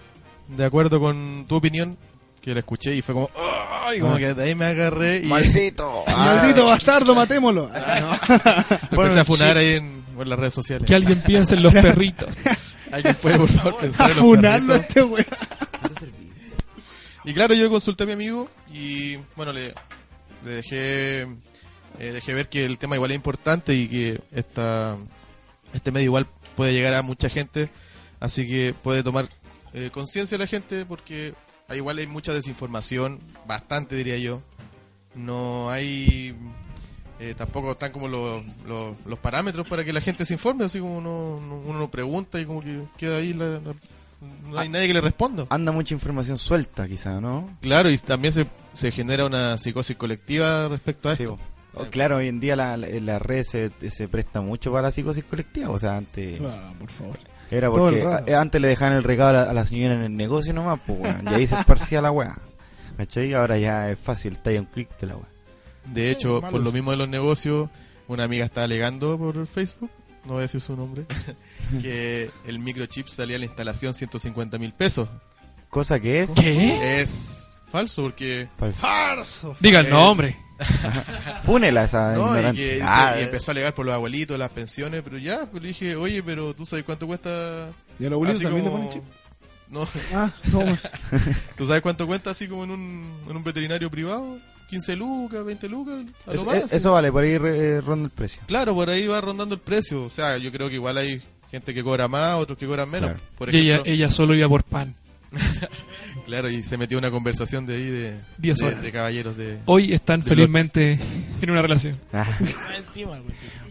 De acuerdo con tu opinión, que la escuché y fue como. ¡Ay! Como que de ahí me agarré y
Maldito.
Ah, Maldito bastardo, matémoslo. Ah, no.
empecé a funar ahí en, en las redes sociales.
Que alguien piense en los perritos.
¿Alguien puede, por favor, pensar
A
en los
funarlo a
perritos?
este weón.
Y claro, yo consulté a mi amigo y bueno, le, le dejé eh, dejé ver que el tema igual es importante y que esta, este medio igual puede llegar a mucha gente, así que puede tomar eh, conciencia la gente porque ahí igual hay mucha desinformación, bastante diría yo. No hay eh, tampoco están como los, los, los parámetros para que la gente se informe, así como uno, uno no pregunta y como que queda ahí la- la- no hay nadie que le responda.
Anda mucha información suelta, quizá, ¿no?
Claro, y también se, se genera una psicosis colectiva respecto a
Sí,
esto.
bo. O, claro, hoy en día la, la- la red se, se presta mucho para la psicosis colectiva. O sea, antes
ah, por favor.
era
todo el
porque
rato.
a- antes le dejaban el regalo a la, a la señora en el negocio nomás, pues, weón. Y ahí se esparcía la weá. ¿Cachai? Ahora ya es fácil, talla un clic de la weá.
De hecho, por lo mismo de los negocios, una amiga está alegando por Facebook, no voy a decir su nombre, que el microchip salía a la instalación 150 mil pesos.
Cosa que es.
¿Qué?
Es falso porque...
Fal-
Diga el nombre.
Fúnela esa
No, y,
ignorante.
que,
Ah,
y empezó a alegar por los abuelitos, las pensiones, pero ya, pues le dije, oye, pero tú sabes cuánto cuesta...
¿Y a los abuelitos
Así
también le
como-
ponen chip?
No,
Ah, no más.
¿Tú sabes cuánto cuesta así como en un, en un veterinario privado? 15 lucas, 20 lucas, a lo
es-
más,
es- eso vale, por ahí re- eh, ronda el precio.
Claro, por ahí va rondando el precio. O sea, yo creo que igual hay gente que cobra más, otros que cobran menos.
Claro.
Por
Y ella,
ejemplo,
ella solo iba por pan.
claro, y se metió una conversación de ahí de,
10
de,
horas. Oh,
de caballeros de...
Hoy están
De
felizmente en una relación.
Ah.
Encima,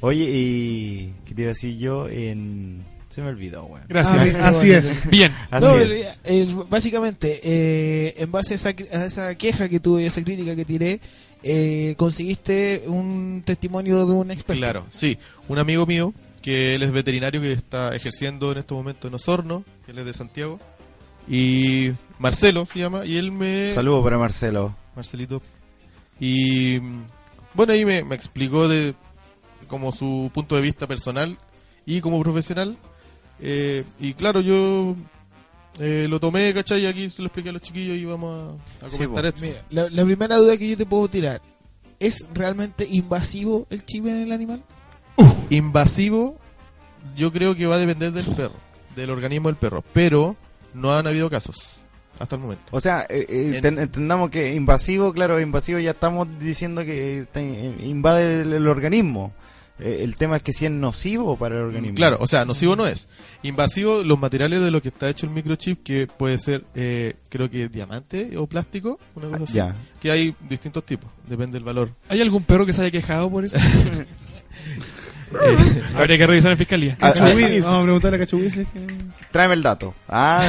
Oye, y. ¿Qué te iba a decir yo? En... Se me olvidó, weón.
Gracias.
Ah, Así es.
Bien.
Así
no,
es.
pero, eh, eh, básicamente, eh, en base a esa, cri- a esa queja que tuve y a esa crítica que tiré, eh, conseguiste un testimonio de un experto.
Claro, sí. Un amigo mío, que él es veterinario, que está ejerciendo en este momento en Osorno, que él es de Santiago. Y Marcelo se llama, y él me...
Saludos para Marcelo.
Marcelito. Y mm, bueno, ahí me, me explicó de como su punto de vista personal y como profesional. Eh, y claro, yo eh, lo tomé, ¿cachai? Y aquí se lo expliqué a los chiquillos y vamos a, a
Sí,
comentar
po.
esto.
Mira, la, la primera duda que yo te puedo tirar, ¿es realmente invasivo el chip en el animal?
Invasivo, yo creo que va a depender del perro, del organismo del perro. Pero no han habido casos hasta el momento.
O sea, eh, eh,
En-
ten- entendamos que invasivo, claro, invasivo ya estamos diciendo que eh, te- invade el, el organismo. Eh, el tema es que si es nocivo para el organismo.
Mm, Claro, o sea, nocivo no es. Invasivo, los materiales de lo que está hecho el microchip, que puede ser, eh, creo que diamante o plástico, una cosa así.
Ah, ya.
Que hay distintos tipos, depende del valor.
¿Hay algún perro que se haya quejado por eso? Eh, Habría que revisar en fiscalía.
Ah, ah,
Cachubi, Vamos a preguntarle a Cachubi si es que-
tráeme el dato. Ah,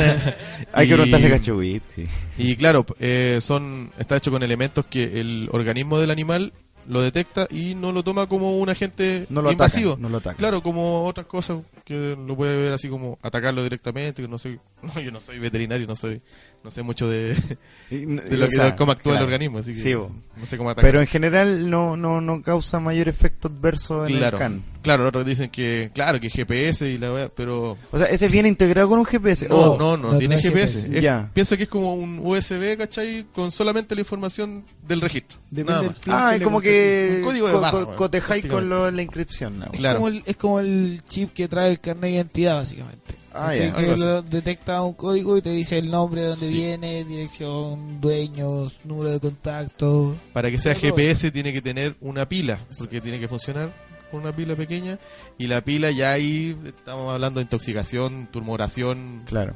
hay
Y-
que preguntarle a Cachuit. sí.
Y claro, eh, son está hecho con elementos que el organismo del animal lo detecta y no lo toma como un agente
No lo
invasivo.
ataca. No lo ataca.
Claro, como otras cosas que lo puede ver así como atacarlo directamente, que no soy, no, yo no soy veterinario, no soy, no sé mucho de,
Y-
de lo
o
que,
sea,
cómo actúa
claro.
el organismo, así que
Sí, bo.
no sé cómo atacar.
Pero en general no, no, no causa mayor efecto adverso en
claro,
el can.
claro, otros dicen que, claro, que GPS y la wea, pero
O sea, ese viene integrado con un GPS.
No,
Oh,
no, no,
no
tiene
trae
GPS.
GPS.
Es-
Ya.
Piensa que es como un USB, ¿cachai? Con solamente la información del registro.
Depende
Nada
del
más.
pin
Ah,
que
es
le
como
guste.
que
Un código de
co-
barra,
co-
bueno,
cotejáis con lo- la inscripción. ¿no?
Claro.
Como el- es como el chip que trae el carnet de identidad, básicamente.
Ah,
Así
ya,
que
algo así.
lo- detecta un código y te dice el nombre, de dónde
Sí.
viene, dirección, dueños, número de contacto.
Para que sea
Todo
GPS tiene que tener una pila, porque tiene que funcionar con una pila pequeña. Y la pila ya ahí estamos hablando de intoxicación, turmoración,
Claro.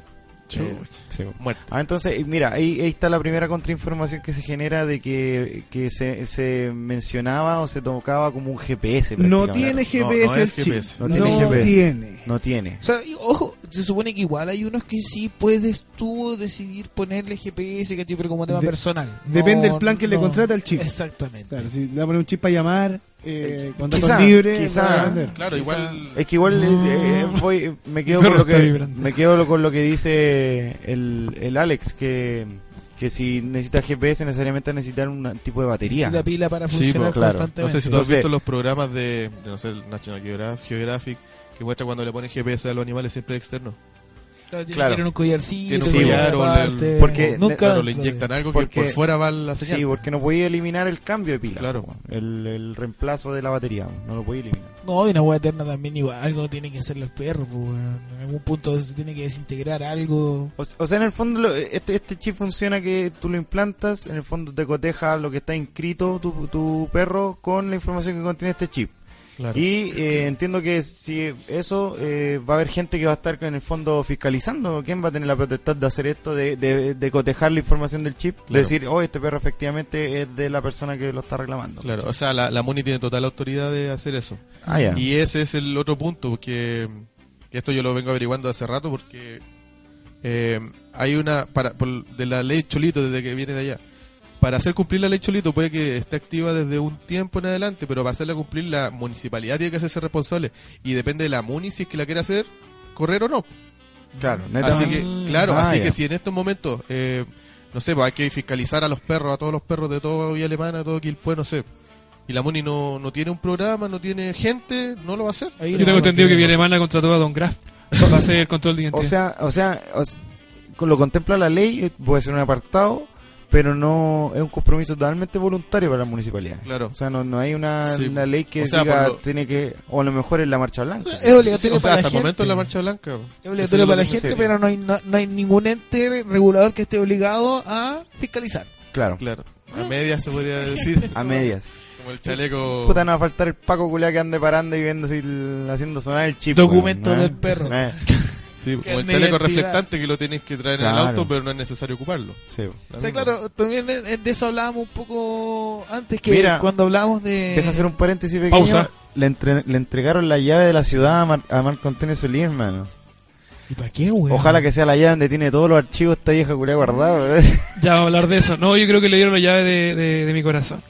eh,
Sí, bo.
muerte.
Ah, entonces, mira, ahí, ahí está la primera contrainformación que se genera de que, que se, se mencionaba o se tocaba como un GPS.
No
prácticamente.
tiene
No, no
GPS el
es
chip.
GPS.
No tiene GPS.
tiene.
No tiene.
O sea, y- ojo, se supone que igual hay unos que sí puedes tú decidir ponerle GPS, ¿cachai? Pero como tema
De-
personal.
depende del plan que le contrata el chico.
Exactamente.
Claro, si le va a poner un chip para llamar, eh, contratos
quizá,
libres,
quizá.
lo va a vender.
ah, Claro, igual.
Es que igual eh, eh, voy- me quedo
Mi
con
perro
lo
está
que
vibrando.
me quedo con lo que dice el, el Alex que, que si necesitas GPS necesariamente necesitar un tipo de batería.
Necesita pila para
Sí,
pues,
funcionar
claro.
No
constantemente.
sé si tú has
Entonces-
visto los programas de, de, no sé, el National Geographic, Geographic, que muestra cuando le ponen GPS a los animales siempre externo.
claro.
Tiene un collarcito,
Tiene
un
por
collar
alguna
o el-
parte.
porque-
nunca
Claro, le
dentro de-
inyectan algo
eh, Porque-
que por fuera va la señal.
Sí, porque no podía eliminar el cambio de pila.
Claro.
El, el reemplazo de la batería, no lo podía eliminar.
No, y una hueá eterna también igual, algo tiene que hacerle el perro, pues, weón. en algún punto se tiene que desintegrar algo.
O, s- o sea, en el fondo, lo- este, este chip funciona que tú lo implantas, en el fondo te coteja lo que está inscrito tu, tu perro con la información que contiene este chip.
Claro.
Y eh, entiendo que si eso eh, va a haber gente que va a estar en el fondo fiscalizando. ¿Quién va a tener la potestad de hacer esto, de, de- de cotejar la información del chip? De
Claro.
decir, oh, este perro efectivamente es de la persona que lo está reclamando.
Claro, o sea, la, la MUNI tiene total autoridad de hacer eso.
Ah, ya.
Y ese es el otro punto, porque que esto yo lo vengo averiguando hace rato, porque eh, hay una, para, por- de la ley Cholito, desde que viene de allá, para hacer cumplir la ley Cholito puede que esté activa desde un tiempo en adelante, pero para hacerla cumplir la municipalidad tiene que hacerse responsable. Y depende de la MUNI si es que la quiere hacer correr o no.
Claro,
Así
netamente.
que, claro,
Ah,
así
ya.
que si en estos momentos, eh, no sé, pues hay que fiscalizar a los perros, a todos los perros de toda Vía Alemana, de todo Quilpue, no sé. Y la MUNI no, no tiene un programa, no tiene gente, no lo va a hacer.
Ahí pues.
Yo
no-
tengo entendido que Vielemana contrató a Don Graf para hacer el control de identidad.
O sea, o sea, o s- con lo contempla la ley, eh, puede ser un apartado, pero no es un compromiso totalmente voluntario para la municipalidad.
Claro.
O sea, no, no hay una,
Sí.
una ley que
O sea,
diga
por lo-
tiene que, o a lo mejor es la marcha blanca.
Es obligatorio
o sea,
para
hasta
la
el momento
gente.
en la marcha blanca.
Es obligatorio para la
Eso es lo que
gente,
se-
pero no hay, no, no hay ningún ente regulador que esté obligado a fiscalizar.
Claro,
Claro.
Eh.
A medias se podría decir,
a medias.
como el
Oh.
chaleco.
Puta, no va a faltar el Paco culiá que ande parando y viendo si el- haciendo sonar el chip.
Documento
weón, ¿eh?
del perro.
Eh,
sí, como el
Carne
chaleco
de identidad.
reflectante que lo tenéis que traer en
Claro.
el auto, pero no es necesario ocuparlo.
sí.
La
O sea,
misma.
claro, también es- es de eso hablábamos un poco antes que
Mira,
cuando hablábamos de...
Deja hacer un paréntesis pequeño.
Pausa.
Le, entre- le entregaron la llave de la ciudad a, Mar a Marco Antonio Solís, hermano.
¿Y para qué, weón?
Ojalá que sea la llave donde tiene todos los archivos esta vieja culiá guardada. ¿eh?
Ya va a hablar de eso. No, yo creo que le dieron la llave de, de- de mi corazón.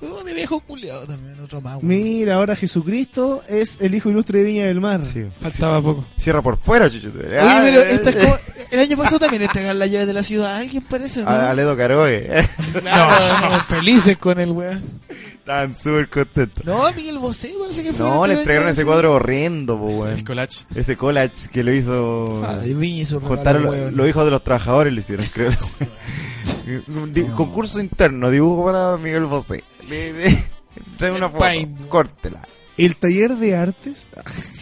Weón de viejo culiado también, otro más, weón.
Mira, ahora Jesucristo es el hijo ilustre de Viña del Mar.
Sí.
Faltaba poco.
Cierra por fuera, chuchu.
Oye, pero
eh,
esta es como- el año pasado también entregar la llave de la ciudad a alguien, parece, ¿no?
A Aledo Caroe.
Claro, felices con el weón.
Estaban súper contentos.
No, Miguel Bosé parece que fue.
No, le entregaron ese cuadro horrendo, po,
El
weón.
collage.
Ese collage que lo hizo.
Viña y su
Juntaron
regalo,
lo-
weón.
los hijos de los trabajadores, lo hicieron, creo. Di- Concurso interno, dibujo para Miguel Bosé. De- de- Trae una foto,
Paint.
córtela.
El taller de artes.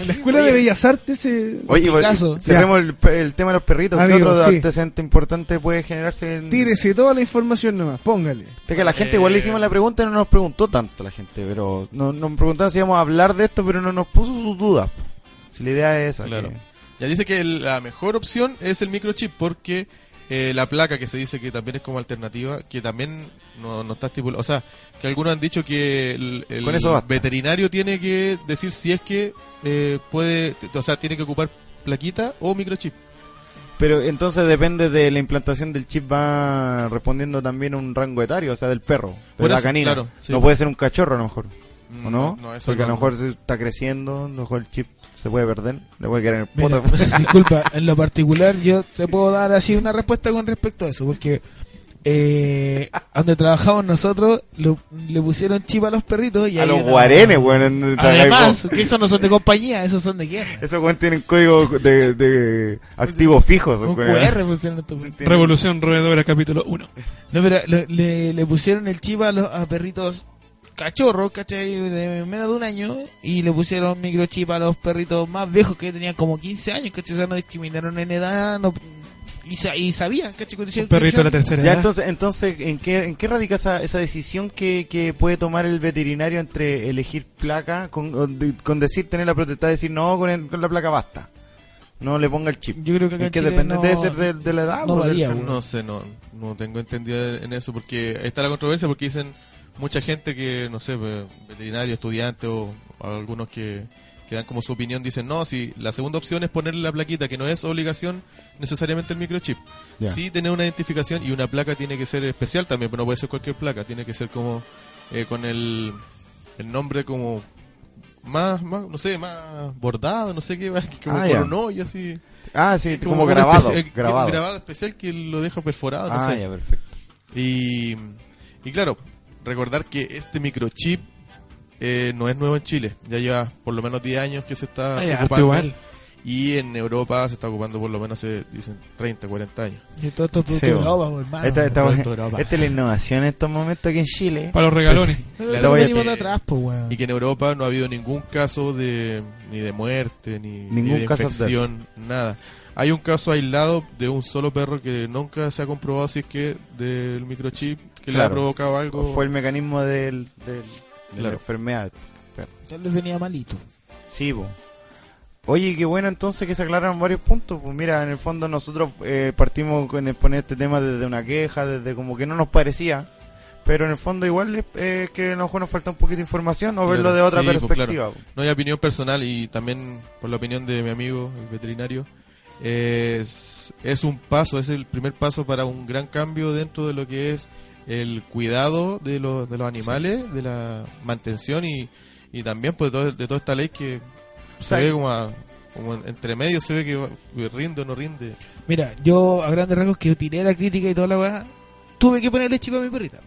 La escuela de bellas artes. eh,
Oye, pues,
Picasso.
cerremos el, pe- el tema de los perritos. ¿Qué
Amigo,
otro
sí.
antecedente importante puede generarse? En...
Tírese toda la información nomás, póngale.
Es que la gente igual le
Eh,
hicimos la pregunta y no nos preguntó tanto la gente, pero no, nos preguntaban si íbamos a hablar de esto, pero no nos puso sus dudas. po. Si la idea es esa.
Claro.
que-
Ya dice que el- la mejor opción es el microchip porque eh, la placa que se dice que también es como alternativa, que también no, no está estipulada. O sea, que algunos han dicho que el, el
Con eso basta.
veterinario tiene que decir si es que eh, puede, t- o sea, tiene que ocupar plaquita o microchip.
Pero entonces depende de la implantación del chip, va respondiendo también a un rango etario, o sea, del perro, de
Por
la
eso,
canina.
claro, sí.
No puede ser un cachorro a lo mejor, ¿o no?
eso
Porque a
no.
lo mejor se está creciendo, a lo mejor el chip se puede perder, le puede quedar en el
Mira,
poto.
disculpa, en lo particular yo te puedo dar así una respuesta con respecto a eso, porque eh, donde trabajamos nosotros lo- le pusieron chip a los perritos y
a
hay
los
una-
guarenes, weón. en-
Además, que esos no son de compañía, esos son de guerra.
Esos weón tienen código de, de activos fijos.
Un
weón.
QR pusieron estos
Tienen-
Revolución Roedora, capítulo 1.
No, pero le, le- le pusieron el chip a los a perritos cachorros, ¿cachai? De menos de un año. Y le pusieron microchip a los perritos más viejos que tenían como 15 años, ¿cachai? O sea, no discriminaron en edad, no... Y, sa- y sabían, ¿cachai? Conocían-
Perrito de la
conocían-
tercera
Ya,
edad.
entonces, entonces ¿en, qué, ¿en qué radica esa, esa decisión que, que puede tomar el veterinario entre elegir placa, con, o de- con decir, tener la protesta, decir no, con, el- con la placa basta? No le ponga el chip.
Yo creo que acá
Es
en
que
Chile
depende
no-
de, ser de, de la edad.
no
pues, del-
varía,
No sé, no, no tengo entendido en eso porque ahí está la controversia porque dicen mucha gente que, no sé, pues, veterinario, estudiante o algunos que que dan como su opinión, dicen, no, si la segunda opción es ponerle la plaquita, que no es obligación necesariamente el microchip.
Ya.
Sí tener una identificación y una placa tiene que ser especial también, pero no puede ser cualquier placa, tiene que ser como eh, con el, el nombre como más, más, no sé, más bordado, no sé qué, más que como
Ah,
con
ya.
un hoyo así.
Ah, sí, como,
una
grabado,
especie- eh,
grabado.
Un grabado especial que lo deja perforado, no
ah,
sé.
ya, perfecto.
Y, y claro, recordar que este microchip eh, no es nuevo en Chile. Ya lleva por lo menos 10 años que se está
Ay, harto
Ah, ocupando.
igual.
Y en Europa se está ocupando por lo menos hace, dicen, 30, 40 años.
Y todo esto
Sí,
producto
bueno.
Europa, pues, hermano.
esta, esta-
Producto Europa.
esta es la innovación en estos momentos aquí en Chile.
Para los regalones.
Pero
la
eso
voy a-
venimos de atrás, pues, weón.
Y que en Europa no ha habido ningún caso de ni de muerte, ni, ni
Ningún
de
caso
infección, nada. Hay un caso aislado de un solo perro que nunca se ha comprobado si es que del microchip que le ha
Claro.
provocado algo.
Fue el mecanismo del, del- de la
Claro.
enfermedad.
Yo les venía malito.
Sí, po. Oye, qué bueno entonces que se aclararon varios puntos. Pues mira, en el fondo nosotros eh, partimos con exponer este tema desde una queja, desde como que no nos parecía. Pero en el fondo igual es eh, que a lo mejor nos falta un poquito de información o
Claro,
verlo de otra
sí, pues,
perspectiva. po.
No hay opinión personal y también por la opinión de mi amigo, el veterinario. Es, es un paso, es el primer paso para un gran cambio dentro de lo que es el cuidado de, los de los animales, de la mantención y, y también pues, de, todo- de toda esta ley que se
Exacto.
ve como, a- como entre medio, se ve que va- rinde o no rinde.
Mira, yo a grandes rasgos que tiré la crítica y toda la weá, tuve que ponerle chip a mi perrita.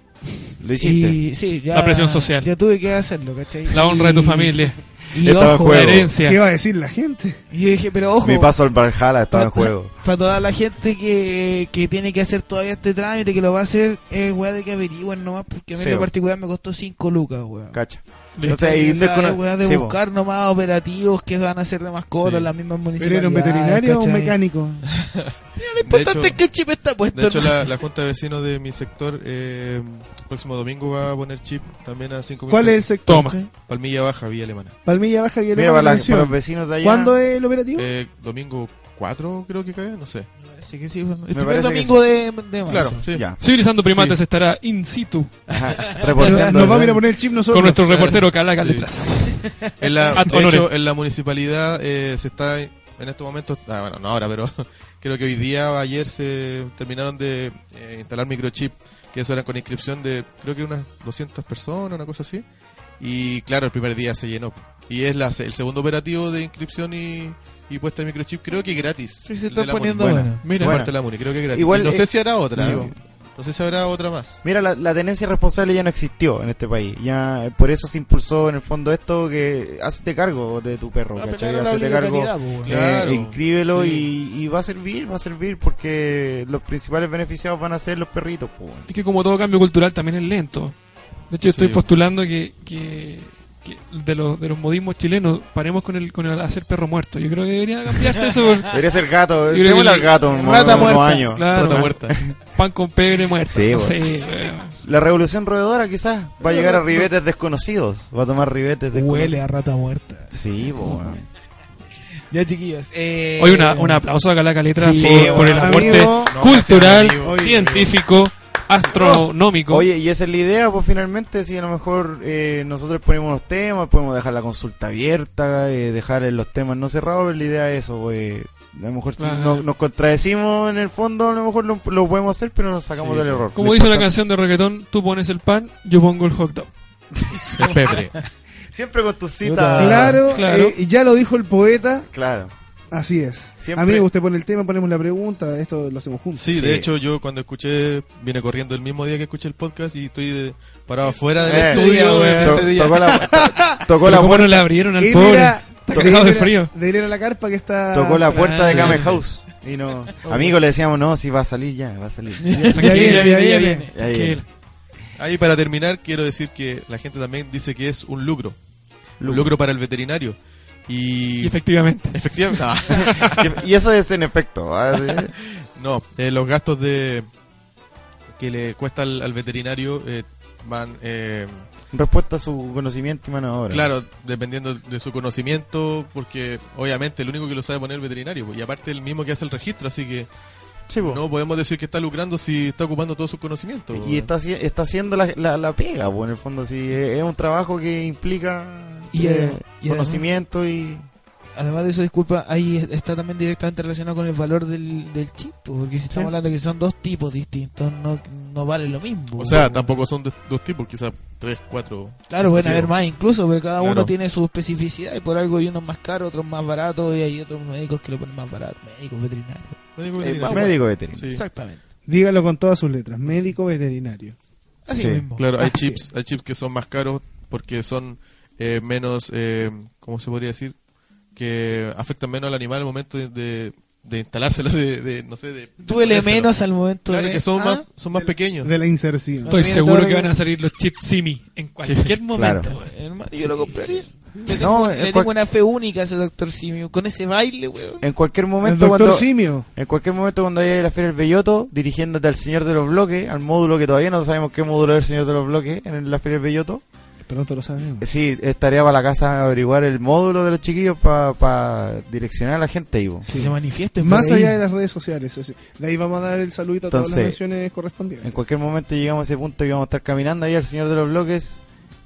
Lo hiciste.
Y, sí, ya,
La presión social.
Ya tuve que hacerlo, ¿cachai?
La honra de tu
Y-
familia.
Y
Estaba en
La
juego.
herencia.
¿Qué va a decir la gente?
Y yo dije, pero ojo,
Mi paso al Valhalla estaba en
Para-
juego.
para toda la gente que, que tiene que hacer todavía este trámite, que lo va a hacer, es weá de que averigüen nomás, porque a mí
Sí,
en lo
bo.
particular me costó 5 lucas, weón.
Cacha.
Listo.
Entonces, ahí
O sea,
descono-
es weá de
sí, po.
buscar nomás operativos que van a ser de mascotas,
Sí.
las mismas
¿Pero
municipalidades.
era un veterinario o un
¿cachai?
mecánico?
Lo importante
hecho-
es que el chip está puesto.
De hecho,
¿no?
la, la Junta de Vecinos de mi sector eh, próximo domingo va a poner chip también a 5
¿Cuál es el sector?
Toma.
Palmilla Baja, Vía Alemana.
Palmilla Baja y
Mira, para, la- para
Alemana.
los vecinos de allá.
¿Cuándo es el operativo?
Eh, domingo 4 creo que cae, no sé.
Me parece que sí, bueno,
Me
el
parece
primer
que
domingo de, de marzo.
Claro, sí.
Ya.
Civilizando Primates
Sí.
estará in situ
Ajá.
Nos
Reporteando
nos vamos a ir
desde-
a poner el chip nosotros.
con nuestro reportero Calaca
Sí.
Letras.
En la,
Ah,
Ad
de
honorem.
hecho, en la municipalidad eh, se está en estos momentos, ah, bueno, no ahora, pero creo que hoy día o ayer se terminaron de eh, instalar microchip, que eso era con inscripción de creo que unas 200 personas, una cosa así. Y claro, el primer día se llenó. Y es la, se- el segundo operativo de inscripción y, y puesta de microchip, creo que gratis.
Sí, se
El de
está
la Muni.
poniendo
Bueno.
bueno.
Mira,
Aparte
Bueno.
de la Muni, creo que gratis.
Igual
Y no
es- Eh,
sé si habrá otra.
Sí.
No sé si habrá otra más.
Mira, la, la tenencia responsable ya no existió en este país. Ya eh, por eso se impulsó en el fondo esto que hazte cargo de tu perro,
Ah,
¿cachai? Hazte cargo,
obligatoriedad, po, pues, weón.
eh,
Claro,
inscríbelo
sí.
y, y va a servir, va a servir porque los principales beneficiados van a ser los perritos, po, weón.
Es que como todo cambio cultural también es lento. De hecho, yo
Sí.
estoy postulando que, que, que de, los, de los modismos chilenos paremos con el, con el hacer perro muerto. Yo creo que debería cambiarse eso por
Debería ser gato,
Yo creo
démosle
que-
al gato un-
Rata
unos
muerta,
años.
claro,
Rata muerta.
pan con pebre muerto.
Sí, bueno.
no sé, weón.
La revolución roedora quizás va a llegar a ribetes desconocidos, va a tomar ribetes
Huele
desconocidos.
a rata muerta.
Sí, po, weón.
Ya, chiquillos. Eh,
Hoy una, un aplauso a Calaca Letras
Sí,
por,
bueno,
por el
amigo.
aporte
No,
cultural,
gracias, amigo. Oye,
científico, astronómico.
Oye, y esa es la idea, pues finalmente, si a lo mejor eh, nosotros ponemos unos temas, podemos dejar la consulta abierta, eh, dejar eh, los temas no cerrados, la idea es eso, eh, a lo mejor si
Ah.
no- nos contradecimos en el fondo, a lo mejor lo, lo podemos hacer, pero nos sacamos
Sí.
del error.
Como
Lo
dice la
importante-
canción de reggaetón, tú pones el pan, yo pongo el hot dog.
El pebre.
Siempre con tu cita.
Claro,
Claro.
eh, ya lo dijo el poeta.
Claro.
Así es.
Siempre-
Amigo, usted pone el tema, ponemos la pregunta, esto lo hacemos juntos.
Sí,
Sí.
de hecho yo cuando escuché, vine corriendo el mismo día que escuché el podcast y estoy de- parado afuera del
Eh,
estudio
to-
desde ese día.
Tocó la, to- tocó
Pero
la,
¿Cómo
puer-
no le abrieron al
Él
pobre?
era-
Está cagado de
él era-
frío.
de él era la carpa que está.
tocó la puerta de
Claro.
Camel House. Y no, amigo le decíamos, no, si va a salir ya, va a salir.
Ya viene, ya viene.
Ya viene.
Ahí para terminar quiero decir que la gente también dice que es un lucro, un lucro para el veterinario.
Y
Y
efectivamente.
efectivamente,
Y eso es en efecto. ¿ah? Sí.
no, eh, los gastos de que le cuesta al, al veterinario eh, van... eh,
respuesta a su conocimiento y mano ahora.
Claro, dependiendo de su conocimiento, porque obviamente el único que lo sabe poner es el veterinario, pues, y aparte el mismo que hace el registro, así que
Sí, po.
no podemos decir que está lucrando si está ocupando todo su conocimiento.
y está, haci- está haciendo la, la, la pega, po, en el fondo. Si es, es un trabajo que implica.
Y,
eh,
adem- Y además-
conocimiento y...
Además de eso, disculpa, ahí está también directamente relacionado con el valor del, del chip, pues, porque si estamos hablando que son dos tipos distintos, no, no vale lo mismo.
O
pues,
sea, tampoco son de- dos tipos, quizás tres, cuatro.
claro, pueden
sí. Eh,
haber más incluso, pero cada uno
Claro.
tiene su especificidad y por algo hay unos más caros, otros más baratos y hay otros médicos que lo ponen más barato, médicos veterinarios.
Médico
eh,
veterinario.
médico veterinario.
Sí.
Exactamente.
Dígalo con todas sus letras. Médico veterinario.
Así
Sí,
mismo. Ah,
Claro, hay
Así
chips, hay chips que son más caros porque son eh, menos, eh, ¿cómo se podría decir? Que afectan menos al animal al momento de, de, de instalárselo, de, de, no sé, de...
es. Duele
ponérselo.
menos al momento
Claro,
de...
que son
Ah,
más, son más pequeños.
De la inserción.
Estoy
Mira,
seguro
todo
que
lo-
van a salir los chips Simi en cualquier momento.
claro.
hermano, yo lo compraría. Le tengo,
No,
le
en
tengo
cual-
una fe única a ese doctor Simio, con ese baile, weón.
En cualquier
El
momento
doctor
cuando...
Simio.
En cualquier momento cuando vayas a la Feria del Belloto, dirigiéndote al Señor de los Bloques, al módulo que todavía no sabemos qué módulo es el Señor de los Bloques en la Feria del Belloto. eh,
Pronto lo sabemos.
Sí, es tarea para la casa averiguar el módulo de los chiquillos para direccionar a la gente ahí. po.
Si se manifiesten por
Más
ahí.
allá de las redes sociales. así. De ahí vamos a dar el saludito a todas las
Entonces,
menciones correspondientes.
En cualquier momento llegamos a ese punto y vamos a estar caminando ahí al Señor de los Bloques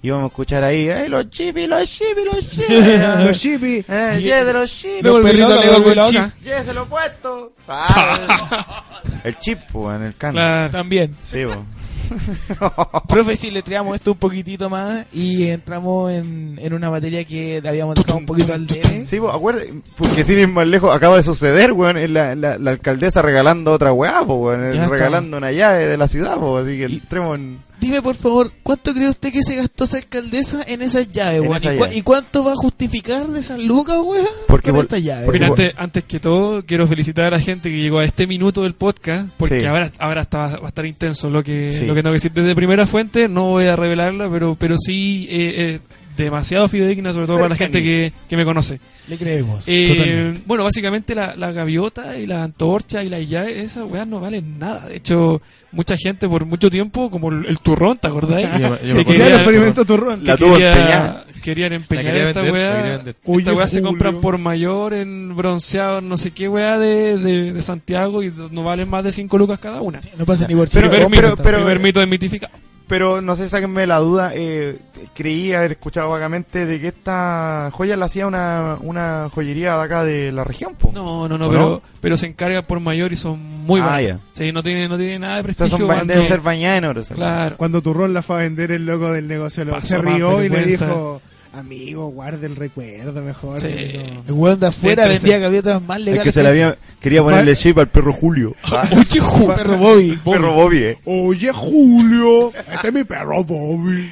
y vamos a escuchar ahí, ¡Ay, los chipis, los chipis, los
Los
chipis!
chipi.
¡Eh, yes de los chipis!
Me volví
perritos
loca,
le
me volví
vuelven
loca.
chip.
¡Yes de los puestos! Ah, el chip, po, en el canto.
Claro.
También.
Sí, po.
Profe, si letreamos esto un poquitito más y entramos en, en una batería que le habíamos dejado un poquito al debe.
Sí, po, acuerde, porque sin ir más lejos, acaba de suceder, weón, en la, la, la alcaldesa regalando otra weá, po, weón,
Ya está.
regalando una llave de la ciudad, po, así que
Y-
entremos en...
Dime, por favor, ¿cuánto cree usted que se gastó esa alcaldesa en esas llaves,
En
weón?
esas
¿Y, cua-
llaves.
y cuánto va a justificar de San Lucas, weón?
Porque
con
vol-
estas llaves?
porque-
Mira, antes, antes que todo, quiero felicitar a la gente que llegó a este minuto del podcast, porque
Sí.
ahora, ahora está- va a estar intenso lo que,
Sí.
lo que tengo que decir. Desde primera fuente, no voy a revelarla, pero, pero sí eh, eh, demasiado fidedigna, sobre todo para la gente que, que me conoce.
Le creemos.
Eh,
totalmente.
bueno, básicamente la, la gaviota y las antorchas y las llaves, esas weas no valen nada. De hecho, mucha gente por mucho tiempo, como el, el turrón, ¿te acordáis?
Sí, yo me- yo
Ya
Que
me acuerdo.
lo
querían-
experimento turrón.
La-
que
Ah, tuvo
quería-
empeñada.
Querían empeñar
La quería
esta
vender, la
weá.
quería vender.
Oye,
esta weá se
Julio.
compran por mayor en bronceado, no sé qué weá de, de, de Santiago y no valen más de 5 lucas cada una.
No pasa ni por
Pero-
Chile.
primer, mito,
pero- eh, pero-
primer mito desmitificado.
Pero no sé, sáquenme la duda, eh, creí haber escuchado vagamente de que esta joya la hacía una, una joyería de acá de la región, po.
No, no, no,
¿O
pero,
no?
pero se encarga por mayor y son muy
Ah,
baratas. Sí, no tiene, no tiene nada de
Estas
prestigio.
son ba-
cuando-
deben ser bañadas en oro, o sea.
Claro.
Cuando Turrón la fue a vender, el loco del negocio lo
Pasó
se
más
rió y le
vergüenza.
dijo: Amigo, guarda el recuerdo mejor.
Sí.
que no".
El weón de afuera
Entonces-
vendía gaviotas más legales.
Quería
ponerle
chip al perro Julio.
Oye, ju-
Perro Bobby.
perro Bobby, eh.
Oye, Julio, este es mi perro Bobby.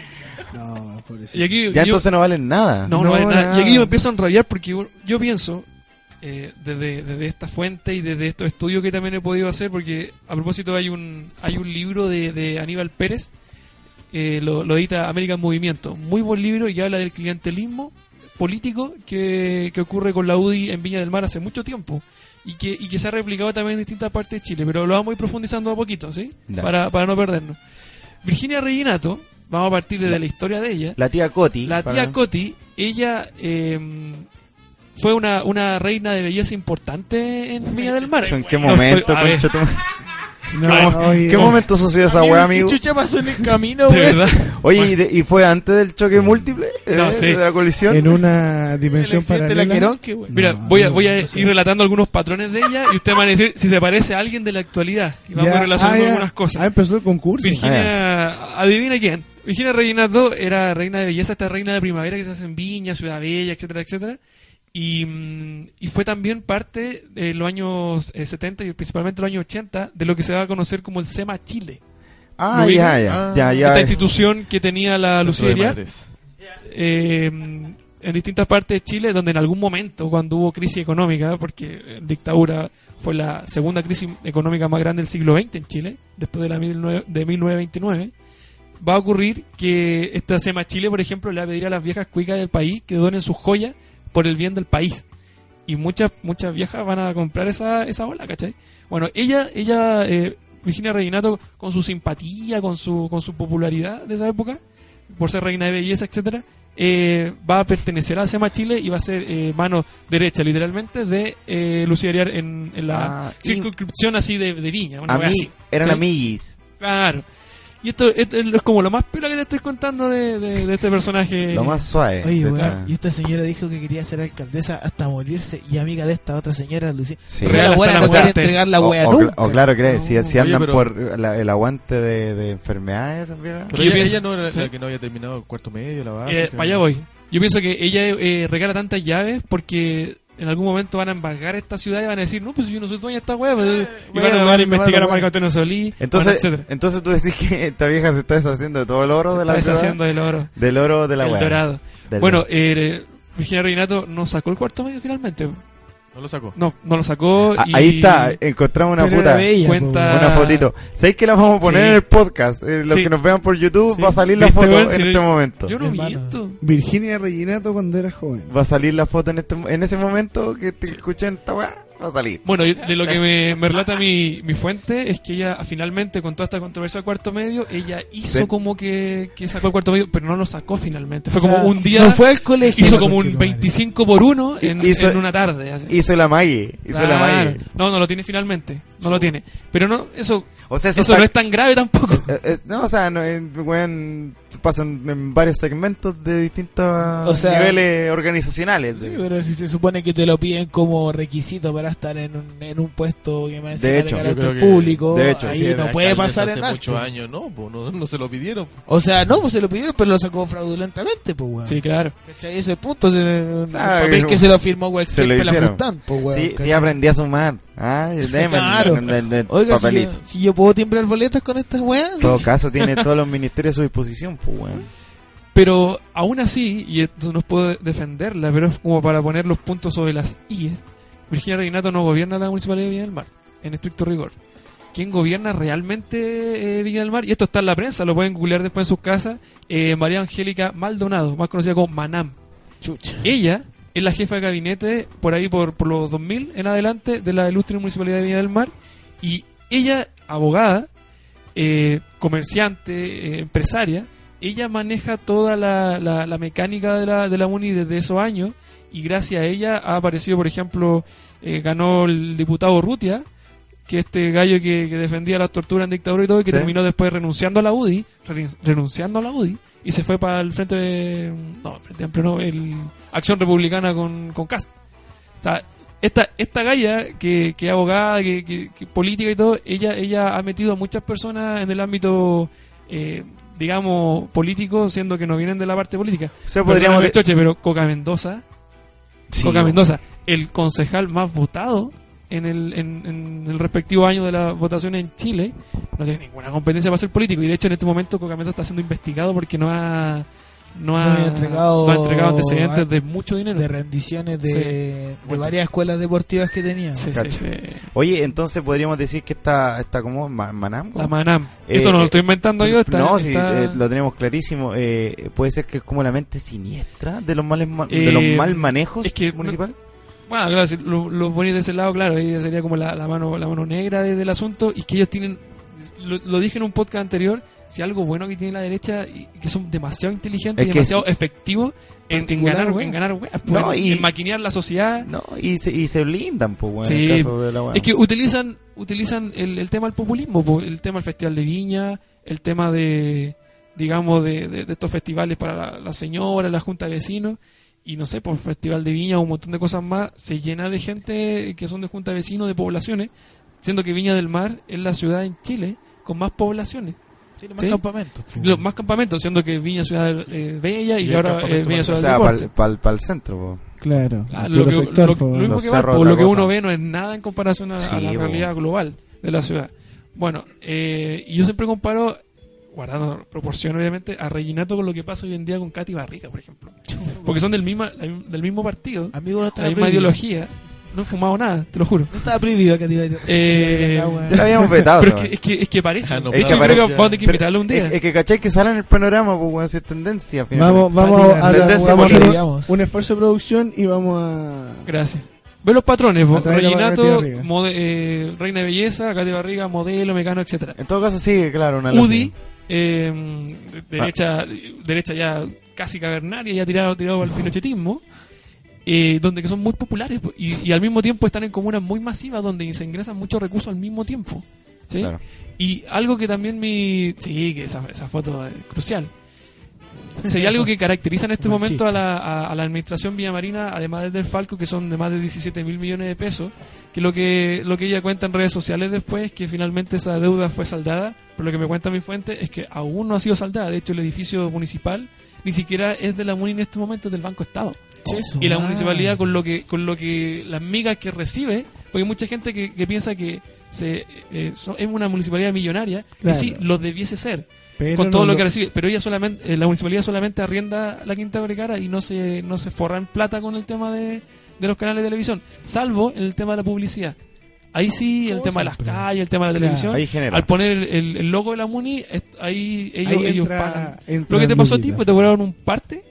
No, pobrecito.
Y aquí
Ya
yo-
entonces no valen nada.
No,
No,
no, hay nada.
nada.
Y aquí yo empiezo a enrabiar porque yo, yo pienso, eh, desde, desde esta fuente y desde estos estudios que también he podido hacer, porque a propósito hay un, hay un libro de, de Aníbal Pérez, eh, lo, lo edita América en Movimiento, muy buen libro y habla del clientelismo político que, que ocurre con la UDI en Viña del Mar hace mucho tiempo. Y que, y que se ha replicado también en distintas partes de Chile, pero lo vamos a ir profundizando a poquito, ¿sí?
Dale.
Para, para no perdernos. Virginia Reginato, vamos a partir de la historia de ella.
La tía Coti.
La
para-
tía Coti, ella eh, fue una, una reina de belleza importante en Viña del Mar.
¿En qué
No
momento,
estoy- a ver,
concha tu-
No,
¿En
oye,
qué momento sucedió esa weá, amigo?
¿Qué chucha pasó en el camino,
De
weón?
verdad.
Oye, ¿y, de- y fue antes del choque múltiple? ¿Eh?
Mm. No, sí.
¿De la colisión?
en una dimensión
Siente la
paralela.
Queronque, weón.
Mira,
No,
voy a,
no,
voy a
no sé.
ir relatando algunos patrones de ella y ustedes van a decir si se parece a alguien de la actualidad. Y vamos
Ya,
relacionando
ah, ya.
algunas cosas.
Ah, empezó el concurso. Ah,
Virginia, adivina quién. Virginia Reginato era reina de belleza, esta reina de primavera que se hace en Viña, Ciudad Bella, etcétera, etcétera. Y, mm, y fue también parte de los años eh, 70 y principalmente los años 80 de lo que se va a conocer como el SEMA Chile.
Ah,
Luis-
ya, ya,
Ah.
ya, ya.
esta institución que tenía la
Centro de
Lucía Iriarte,
madres.
eh, en distintas partes de Chile, donde en algún momento, cuando hubo crisis económica, porque eh, dictadura fue la segunda crisis económica más grande del siglo XX en Chile, después de la 19 de 1929, va a ocurrir que esta SEMA Chile, por ejemplo, le va a pedir a las viejas cuicas del país que donen sus joyas por el bien del país. Y muchas muchas viejas van a comprar esa, esa ola, ¿cachai? Bueno, ella, ella eh, Virginia Reginato, con su simpatía, con su, con su popularidad de esa época, por ser reina de belleza, etcétera, eh, va a pertenecer a SEMA Chile y va a ser eh, mano derecha, literalmente, de eh, Lucía Ariar en, en la
Ah, y-
circunscripción así de, de Viña. Una
A
wea
mí,
así,
eran
¿cachai?
amiguis.
Claro. Y esto, esto es como lo más pelo que te estoy contando de, de- de este personaje.
Lo más suave.
Oye,
de
weón,
esta-
y esta señora dijo que quería ser alcaldesa hasta morirse y amiga de esta otra señora, Lucía.
Sí.
O sea, la
Real
buena
hasta
no
la
puede
muerte.
entregar la
O-
wea
o,
nunca.
o claro, crees, si, si
Oye,
andan
pero-
por la- el aguante de, de enfermedades, esas viejas.
Pero
Yo
ella,
pienso-
ella no era
sí.
la que no había terminado el cuarto medio, la base.
Eh, para allá voy. Yo pienso que ella eh, regala tantas llaves porque en algún momento van a embargar esta ciudad y van a decir, no, pues yo no soy dueña de esta hueá. pues, y van, a-
Eh, bueno,
van a
bueno,
investigar
bueno,
a Marco
bueno.
Antonio Solís,
Entonces,
bueno, etcétera.
entonces tú decís que esta vieja se está deshaciendo de todo el oro de la
Está
ciudad,
deshaciendo del oro,
Del oro de la
el
weá.
dorado.
Del-
Bueno, eh, Virginia Reinato no sacó el cuarto medio finalmente.
No lo sacó.
No, no lo sacó.
Ah,
y
ahí está,
Ah,
encontramos una
Pero
puta.
era bella,
Cuenta-
Una fotito. ¿Sabéis que la vamos a poner
Sí.
en el podcast? Eh, los
Sí.
que nos vean por YouTube
Sí.
va a salir la
Viste,
foto
weón,
en
si no-
este momento.
Yo no
Hermano.
miento.
Virginia Reginato cuando era joven.
Va a salir la foto en este en ese momento que te escuchan esta weá, va a salir.
Bueno, yo- de lo que me, me relata mi, mi fuente es que ella finalmente, con toda esta controversia del cuarto medio, ella hizo
Sí.
como que, que sacó el cuarto medio, pero no lo sacó finalmente. Fue
O sea,
como un día,
No fue al colegio.
hizo como un
Conchetumare.
25 por 1 en,
Hizo-
en una tarde. así.
Hizo la mague, hizo la
Claro.
mague.
No, no lo tiene finalmente, no lo tiene. Pero no, eso,
O sea,
eso,
eso, está-
no es tan grave tampoco.
eh, eh, no, o sea, no, eh, weón, pasan en varios segmentos de distintos
O sea-
niveles organizacionales.
Sí, pero si se supone que te lo piden como requisito para estar en un, en un puesto que me encima
De hecho, yo
de carácter
creo que-
público,
de hecho,
ahí
sí,
no
era
puede
alcaldesa
pasar en
Hace muchos
alto.
años, no, po, no, no se lo pidieron.
¿eh?
po.
O sea, no, pues se lo pidieron, pero lo sacó fraudulentarmente, pues, weón.
Sí, claro.
¿Cachai? Ese punto, ese, un
sea,
papel
que-
que se lo firmó Walt
se lo
Siempre la
hicieron.
Fustán, pues, weón.
Sí, sí
¿cachai?
aprendí a sumar. Ah, deme el-
Claro.
el- el- el
Oiga, si yo,
papelito.
si yo puedo timbrar boletas con estas weas.
En todo caso, tiene todos los ministerios a su disposición, pues, weón.
Pero aún así, y esto no puedo defenderla, pero es como para poner los puntos sobre las IES, Virginia Reinato no gobierna la municipalidad de Villa del Mar, en estricto rigor. ¿Quién gobierna realmente eh, Villa del Mar? Y esto está en la prensa, lo pueden googlear después en sus casas. Eh, María Angélica Maldonado, más conocida como Manam.
Chucha.
Ella es la jefa de gabinete por ahí, por, por los 2000 en adelante, de la ilustre municipalidad de Viña del Mar. Y ella, abogada, eh, comerciante, eh, empresaria, ella maneja toda la, la- la mecánica de la, de la MUNI desde esos años. Y gracias a ella ha aparecido, por ejemplo, eh, ganó el diputado Rutia, que este gallo que, que defendía las torturas en dictadura y todo, y que
Sí.
terminó después renunciando a la UDI, renun- renunciando a la UDI, y se fue para el frente de, no, el frente amplio no, el Acción Republicana con, con Cast. O sea, esta, esta galla que, que es abogada, que, que- que política y todo, ella, ella ha metido a muchas personas en el ámbito, eh, digamos, político, siendo que no vienen de la parte política.
O sea, podríamos...
Perdóname,
de-
Choche, pero Coca Mendoza,
Sí,
Coca Mendoza, el concejal más votado en el, en, en el respectivo año de la votación en Chile, no tiene ninguna competencia para ser político. Y de hecho, en este momento, Coca Mendoza está siendo investigado porque no ha. No ha,
No ha entregado-
no ha entregado antecedentes de mucho dinero.
De rendiciones de,
Sí.
de varias escuelas deportivas que tenía.
Sí, sí,
Cacho.
sí.
Oye, entonces podríamos decir que está, está como Ma- Manam.
La Manam.
Eh,
Esto no
eh,
lo estoy inventando yo. Está,
no, sí,
está-
eh, lo tenemos clarísimo. Eh, puede ser que es como la mente siniestra de los males ma- de los
Eh,
mal manejos
es que-
municipales.
Bueno, claro, si lo, lo ponéis de ese lado, claro, ahí sería como la, la mano la mano negra de- del asunto y que ellos tienen, lo, lo dije en un podcast anterior, si algo bueno que tiene la derecha y y que son demasiado inteligentes
Es
y
que
demasiado efectivos en, en
Particular,
ganar,
weón.
en ganar weas, pues,
No,
en-
y-
en maquinear la sociedad.
No, y se, y se blindan, pues, bueno,
Sí.
en el caso de la weá.
Es que utilizan utilizan el, el tema del populismo, po, el tema del Festival de Viña, el tema de, digamos, de, de- de estos festivales para la, la señora, la Junta de Vecinos, y no sé, por Festival de Viña o un montón de cosas más, se llena de gente que son de Junta de Vecinos, de poblaciones, siendo que Viña del Mar es la ciudad en Chile con más poblaciones,
Tiene
Sí.
campamentos. pues.
los más campamentos, siendo que Viña Ciudad eh, Bella y,
Y el
ahora eh,
campamento
Viña
más-
o
Ciudad del
sea,
Deporte.
para pa, pa el centro, po.
Claro.
Ah,
puro
lo que,
sector,
lo-
po,
lo mismo
Los
que va,
cerros,
po,
otra
lo que
cosa.
uno ve no es nada en comparación a, a
Sí,
la
po.
realidad global de la ciudad. Bueno, eh, y yo siempre comparo, guardando proporción obviamente, a Reginato con lo que pasa hoy en día con Katy Barriga, por ejemplo. Porque son del, misma, la- del mismo partido,
Amigo, no estaba
la misma
prohibido.
ideología. No he fumado nada, te lo juro.
No estaba prohibido que te iba a decir.
Eh,
Ah, weón.
Ya lo habíamos vetado.
Pero es
esa
que, es que, es que parece.
Ah, no,
de hecho,
claro.
yo creo que
Parece-
vamos a tener que
Pero
invitarlo un
weá.
día.
Es, es que, ¿cachai? Que salen en el panorama, pues, weón, si es tendencia. finalmente.
Vamos, vamos a, a-
Tendencia
vamos a hacer
política.
un, un esfuerzo de producción y vamos a.
Gracias. Ve los patrones, po.
A través de la Katy
Reginato,
Barriga.
mode- eh, Reina de Belleza, Katy Barriga, modelo, mecano, etcétera.
En todo caso, sigue, claro, una
Udi,
lástima.
eh, de- derecha, derecha ya casi cavernaria, ya tirado, tirado al pinochetismo, eh, donde que son muy populares po, y, y al mismo tiempo están en comunas muy masivas donde se ingresan muchos recursos al mismo tiempo. ¿sí?
Claro.
Y algo que también mi... Sí, que esa, esa foto es crucial. Si hay algo que caracteriza en este momento a la, a, a la administración Villamarina, además del Falco, que son de más de 17 mil millones de pesos, que lo que lo que ella cuenta en redes sociales después es que finalmente esa deuda fue saldada, pero lo que me cuenta mi fuente es que aún no ha sido saldada. De hecho, el edificio municipal ni siquiera es de la MUNI en este momento, es del Banco Estado. Y la municipalidad con lo que con lo que las migas que recibe, porque hay mucha gente que, que piensa que se, eh, so- es una municipalidad millonaria,
Claro.
y sí, lo debiese ser,
Pero
con
no
todo lo
lo-
que recibe. Pero ella solamente, eh, la municipalidad solamente arrienda la Quinta Vergara y no se, no se forra en plata con el tema de, de los canales de televisión, salvo en el tema de la publicidad. Ahí sí, el tema de las
siempre.
calles, el tema de la televisión.
Ahí genera.
Al poner el, el- el logo de la MUNI, es- ahí ellos,
Ahí
ellos
entra-
pagan.
entra
Lo que te pasó a ti,
Luquita.
pues te cobraron un parte.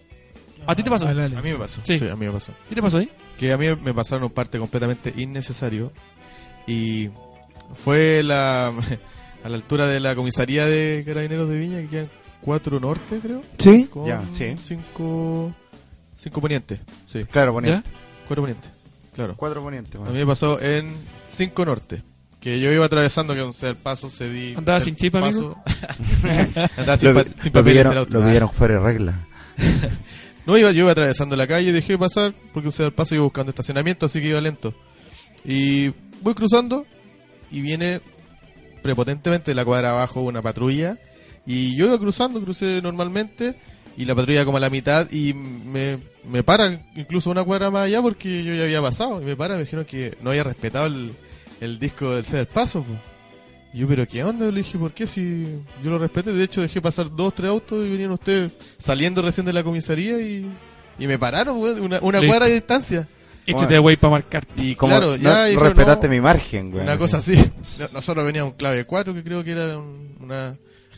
¿A ti te pasó?
Al Alex.
A mí me pasó.
Sí.
sí, a mí me pasó.
¿Qué te pasó ahí?
que a mí me pasaron un parte completamente innecesario y fue la, a la altura de la comisaría de carabineros de Viña que quedan cuatro norte creo
¿Sí?
con
Ya, sí.
cinco cinco ponientes sí
Claro, poniente.
cuatro ponientes claro
Cuatro ponientes.
a
bueno.
mí me pasó en cinco norte que yo iba atravesando que un el paso cedí
¿Andaba
el
sin chip, amigo?
paso. andaba sin,
Lo,
pa-
vi- lo
sin papeles el
vieron,
auto
lo vieron fuera de regla.
No, iba, yo iba atravesando la calle, dejé de pasar, porque usé el paso iba buscando estacionamiento, así que iba lento. Y voy cruzando, y viene prepotentemente de la cuadra abajo una patrulla. Y yo iba cruzando, crucé normalmente, y la patrulla como a la mitad, y me, me para incluso una cuadra más allá porque yo ya había pasado. Y me para, me dijeron que no había respetado el, el disco del ceder paso. po. Y yo, pero ¿qué onda? Le dije, ¿por qué? Si yo lo respeté, de hecho dejé pasar dos, tres autos y venían ustedes saliendo recién de la comisaría y, y me pararon, weón, una, una
Listo.
cuadra de distancia.
Échate de wey para marcar.
Y
Como
claro,
no-
ya
no
dijeron,
respetaste
no,
mi margen, güey.
Una
Así.
cosa así. No- Nosotros veníamos un clave 4 que creo que era un- una,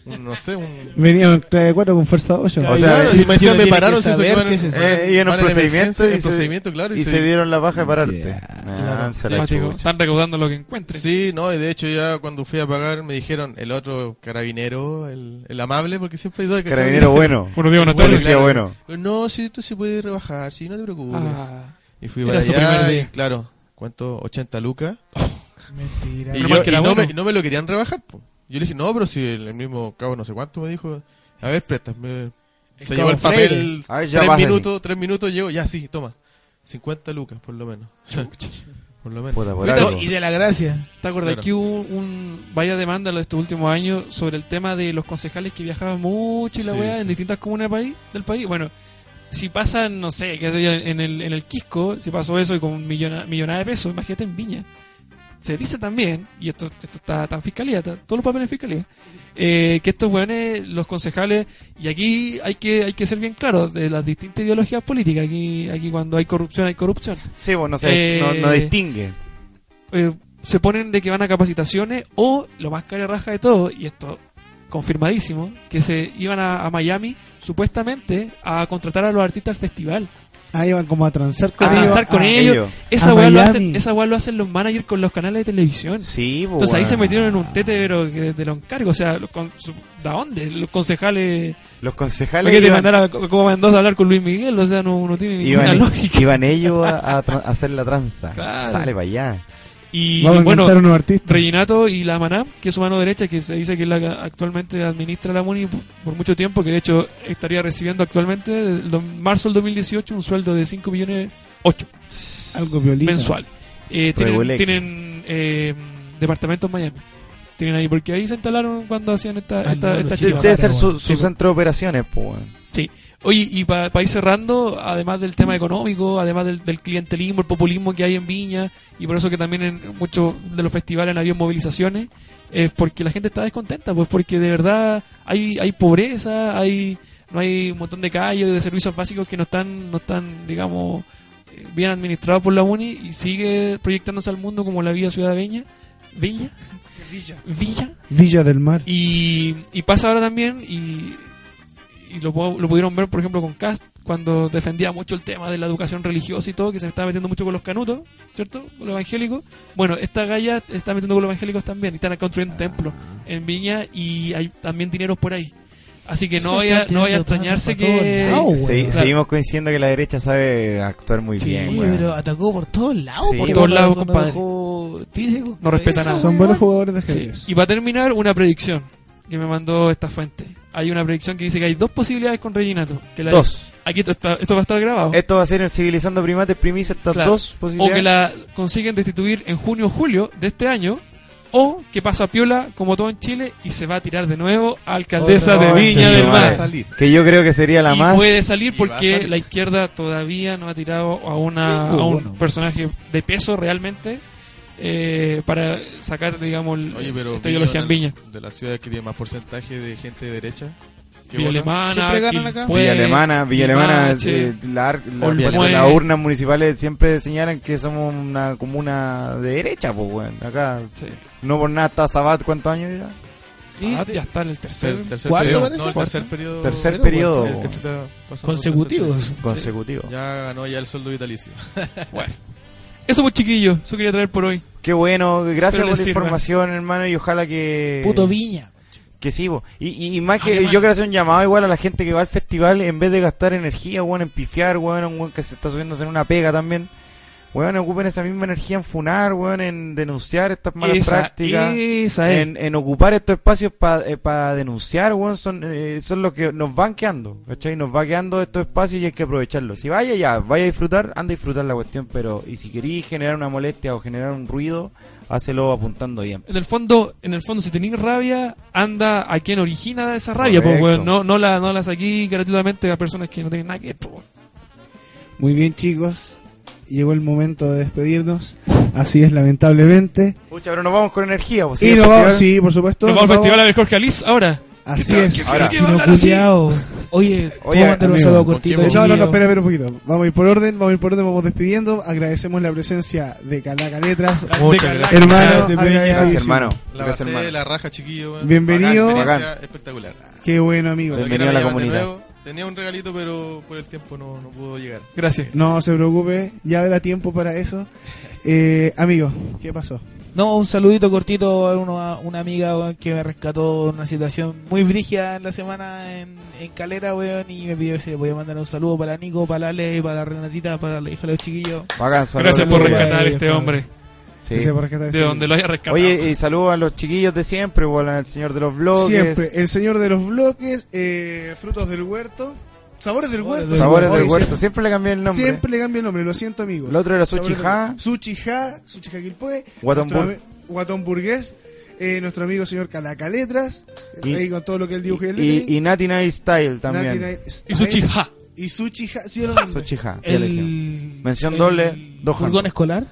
un, no sé, un...
Venían clave 4 con fuerza 8.
O sea,
Claro,
y-
y me decían,
uno
me
tiene
pararon,
que
se hizo
saber
llevar
que se-
en-
Eh, y en un
van
procedimiento.
emergencia, en
y se-
procedimiento, claro.
Y, se dieron la baja de pararte. Ah, se la
Simpático.
chucha.
Están recaudando lo que encuentren.
Sí, no, y de hecho ya cuando fui a pagar me dijeron el otro carabinero, el, el amable, porque siempre hay dos ¿cachai?
Carabinero bueno.
Unos días, unos
Bueno,
tardes.
Policía bueno.
No, si tú sí puedes rebajar, si no te preocupes.
Ah,
Y fui
Era
para
su
allá
primer
y,
día.
claro, ¿cuánto? 80 lucas.
Mentira.
Y,
Menos
yo-
mal que
y
era
no,
bueno.
me, no me lo querían rebajar. po. Yo le dije, no, pero si el, el mismo cabo no sé cuánto me dijo, a ver, préstame. Se llevó el
cabo
papel
Freire. Ay, ya
tres
vas de
minutos, tres minutos, llego, ya sí, toma. 50 lucas, por lo menos. por lo menos.
Puta, por
Mira,
algo.
Y de la gracia.
¿Te acuerdas
Claro.
que hubo un, un- vaya demanda en estos últimos años sobre el tema de los concejales que viajaban mucho y la
Sí,
weá
sí.
en distintas comunas del país, del país? Bueno, si pasa, no sé, qué sé yo, en el, en el Quisco, si pasó eso y con un millona- millonada de pesos, imagínate en Viña. Se dice también, y esto, esto está, está en fiscalía, está- todos los papeles en fiscalía, eh, que estos weones, los concejales, y aquí hay que, hay que ser bien claros de las distintas ideologías políticas. Aquí, aquí cuando hay corrupción, hay corrupción.
Sí, bueno, no, se-
Eh,
no, no distingue.
eh, se ponen de que van a capacitaciones o, lo más cara raja de todo, y esto confirmadísimo, que se iban a, a Miami supuestamente a contratar a los artistas al festival.
Ahí van como a transar con
A
ellos.
transar con
Ah,
ellos. Esa
A
weá, lo
Miami.
hacen, esa weá lo hacen los managers con los canales de televisión.
Sí, pues, bo,
Entonces ahí
bueno.
se metieron en un tete pero que de los encargos, o sea, los con, su- ¿da dónde? Los concejales...
Los
¿Para
concejales
qué te
iban,
mandar a como Mendoza a hablar con Luis Miguel? O sea, no, no tiene ninguna
iban,
lógica.
iban ellos a, a tra- a hacer la tranza.
Claro.
Sale para allá.
Y
Vamos a
bueno,
enganchar a unos artistas.
Reginato y la Maná, que es su mano derecha, que se dice que es la que actualmente administra la MUNI por- por mucho tiempo, que de hecho estaría recibiendo actualmente, desde el do- marzo del 2018, un sueldo de 5 millones 8
Algo violino.
mensual. Eh, tienen
Revuelque.
tienen eh, departamentos en Miami. Tienen ahí, porque ahí se instalaron cuando hacían esta,
Ah,
esta,
no,
esta
no,
chiva.
Debe ser su, su
Sí, bo.
centro de operaciones, pues. bueno.
Oye, y para ir cerrando, además del tema económico, además del, del clientelismo, el populismo que hay en Viña, y por eso que también en muchos de los festivales han habido movilizaciones, es porque la gente está descontenta, pues porque de verdad hay, hay pobreza, hay no hay un montón de calles, de servicios básicos que no están, no están digamos, eh, bien administrados por la UNI y sigue proyectándose al mundo como la vida ciudad Viña, Villa, Villa, Villa
Villa del Mar.
y, y pasa ahora también, y, y lo, pu- lo pudieron ver, por ejemplo, con Cast, cuando defendía mucho el tema de la educación religiosa y todo, que se estaba metiendo mucho con los canutos, ¿cierto? Con los evangélicos. Bueno, esta galla se está metiendo con los evangélicos también, y están construyendo templos en Viña y hay también dineros por ahí. Así que no
Sí,
vaya,
está
no vaya a
tirando plata
extrañarse
para todos
que...
lados,
Se-
bueno.
Seguimos coincidiendo que la derecha sabe actuar muy
Oh, Sí,
bien.
Oye,
Oye,
bueno.
pero atacó por todos lados.
Sí,
por
por
todos lados,
no
compadre.
dejó juego físico.
No respeta
Eso,
nada.
Son
weón.
buenos jugadores de ajedrez.
Sí. Y para terminar, una predicción que me mandó esta fuente. Hay una predicción que dice que hay dos posibilidades con Reginato. Que la-
Dos.
Aquí esto, está- esto va a estar grabado.
Esto va a ser en Civilizando Primates Primicia, estas
Claro.
dos
o que
posibilidades.
la consiguen destituir en junio o julio de este año. O que pasa piola como todo en Chile y se va a tirar de nuevo a alcaldesa
Oh,
de
no,
Viña
conche
del
su
Va a
madre.
Mar.
salir.
Que yo creo que sería la
y
más.
puede
Y
salir
va a
porque
salir.
la izquierda todavía no ha tirado a, una, a un
bueno.
personaje de peso realmente eh, para sacar, digamos, el-
Oye, pero
esta ideología en Viña.
De la ciudad que tiene más porcentaje de gente de derecha. que
Villa
vota.
Alemana,
Siempre ganan
Quilpué,
acá.
Villa Alemana, Villa Alemana,
Limache.
eh, la, ar- la-
Olmué.
cuando las urnas municipales siempre señalan que somos una comuna de derecha, pues, weón. Acá,
Sí.
no por nada está Sabat, ¿cuántos años ya?
Sí,
Saad ya está en el tercer.
Tercer, tercer
¿Cuarto
periodo.
parece?
No, el
¿Cuarto?
tercer periodo.
Tercer periodo
El- este está pasando tercer
consecutivos.
consecutivo.
periodo. Ya ganó ya el sueldo vitalicio.
Eso pues chiquillos, eso quería traer por hoy.
Qué bueno, gracias por
Pero les
la
sirve.
información, hermano, y ojalá que.
Eh, Puto Viña.
Que sí, po. y, y, y más que yo quiero hacer un llamado igual a la gente que va al festival, en vez de gastar energía, weón, en pifiar, weón, un weón que se está subiendo a hacer una pega también, weón, ocupen esa misma energía en funar, weón, en denunciar estas malas
Esa, eh,
prácticas,
esa es.
en, en ocupar estos espacios para denunciar, weón, son, eh, son los que nos van quedando, ¿cachai? Nos va quedando estos espacios y hay que aprovecharlos. Si vaya ya, vaya a disfrutar, anda a disfrutar la cuestión, pero y si queréis generar una molestia o generar un ruido, hácelo apuntando bien.
En el fondo, en el fondo, si tenéis rabia, anda a quien origina esa rabia, pues,
Correcto.
weón. No, no la, no las aquí gratuitamente a personas que no tienen nada que ver, pues, weón.
Muy bien, chicos. Llegó el momento de despedirnos. Así es, lamentablemente.
Pucha, pero nos vamos con energía, pues,
y
el
nos vamos,
festival-
sí, por supuesto.
Nos vamos
nos
al festival a ver Jorge Alice ahora.
Así
¿Qué tal?
es.
¿Qué fue lo que va a
Chino
hablar así?
culiao.
Oye,
Oye,
Oye mandar un
amigo,
saludo
¿con
cortito.
quién
No, no, no,
chiquillo?
espera, espera un poquito. Vamos a ir por orden, vamos a ir por orden, vamos despidiendo. Agradecemos la presencia de Calaca Letras.
Muchas
De-
gracias.
Hermano,
de-
Gracias,
agradecidísimo.
hermano.
La
Gracias,
pasé,
hermano.
la raja, chiquillo. weón.
Bienvenido.
Bacán, experiencia espectacular. Ah,
Qué bueno, amigo.
Cuando
Bienvenido
quieran
a la
me llaman de
comunidad.
nuevo. Tenía un regalito, pero por el tiempo no, no pudo llegar.
Gracias.
No se preocupe, ya habrá tiempo para eso. Eh, amigo, ¿qué pasó?
No, un saludito cortito a una, una amiga weón, que me rescató una situación muy brígida en la semana en, en Calera, weón, y me pidió si le podía mandar un saludo para Nico, para Ale, para Renatita, para la hija de los chiquillos.
Bacán, saludos.
Gracias por
Saludos.
rescatar a
Ay,
este
cabrón.
hombre
Sí.
Gracias por rescatar
de
este
donde lo haya rescatado.
Oye, y saludos a los chiquillos de siempre, o al señor de los blogs.
Siempre, el señor de los bloques, eh, frutos del huerto, sabores del huerto.
Sabores del
Oye,
huerto. Siempre le cambié el
Siempre,
nombre.
siempre le cambio el nombre, lo siento amigos.
El otro era
Sabores
Sushi
del-
Ja.
Sushi Ja, Sushi Ja Quilpue,
Guatón
nuestro
Bur-
ami- Guatón Burgués, eh, nuestro amigo señor Calaca Letras,
Y-
ahí con todo lo que él dibuja el
Y, y, Nati Night Style también.
y su chija.
Y Sushi Ja, sí, era nombre.
Sushi Ja, ya le dijimos.
el,
Mención
el
doble, dos
¿Furgón
jamas.
escolar?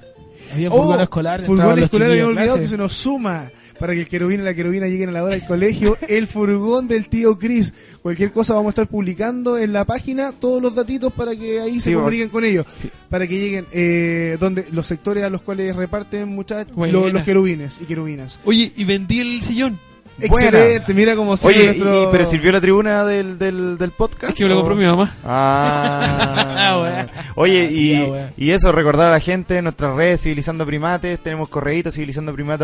Había
Oh,
furgón escolar. entraban
Furgón
los
escolar, había
chiquillos en
olvidado que
clase.
se nos suma para que el querubín y la querubina lleguen a la hora del colegio. el furgón del tío Chris. Cualquier cosa vamos a estar publicando en la página todos los datitos para que ahí
Sí,
se comuniquen con ellos.
Sí.
Para que lleguen eh, donde los sectores a los cuales reparten muchachos
Buena.
los querubines y querubines.
Oye, y vendí el sillón.
Buena.
Excelente, mira cómo sigue
Oye, y-
nuestro-
y- pero sirvió la tribuna del, del, del podcast.
Es que me lo
¿o?
compró mi mamá.
Ah,
wea.
Oye,
Ah,
y,
wea.
y eso, recordar a la gente, nuestras redes, Civilizando Primates, tenemos correíto,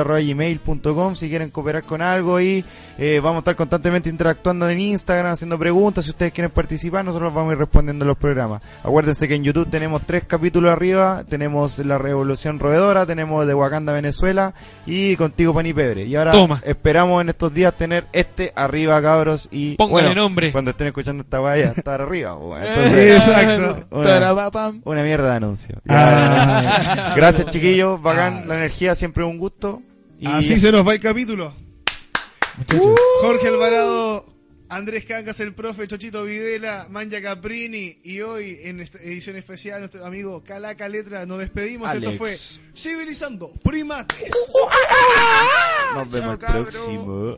civilizandoprimates.com, si quieren cooperar con algo y eh, vamos a estar constantemente interactuando en Instagram, haciendo preguntas, si ustedes quieren participar, nosotros vamos a ir respondiendo en los programas. Acuérdense que en YouTube tenemos tres capítulos arriba, tenemos La Revolución Roedora, tenemos De Wakanda, Venezuela y Contigo Pan y Pebre. Y ahora
Toma.
esperamos en estos días tener este arriba, cabros, y
Póngale
bueno,
nombre.
cuando estén escuchando esta vaya estar arriba. bueno,
Eh, Sí,
entonces,
exacto.
Una-
Tarapapam.
una mierda de anuncio.
Ah.
Ya. Gracias, chiquillos. Bacán, la energía siempre un gusto. Y
Así se nos va el capítulo. Uh. Jorge Alvarado, Andrés Cancas, el profe, Chochito Videla, Manja Caprini y hoy en esta edición especial nuestro amigo Calaca Letra. Nos despedimos.
Alex.
Esto fue Civilizando Primates.
nos vemos el
cabros.
próximo.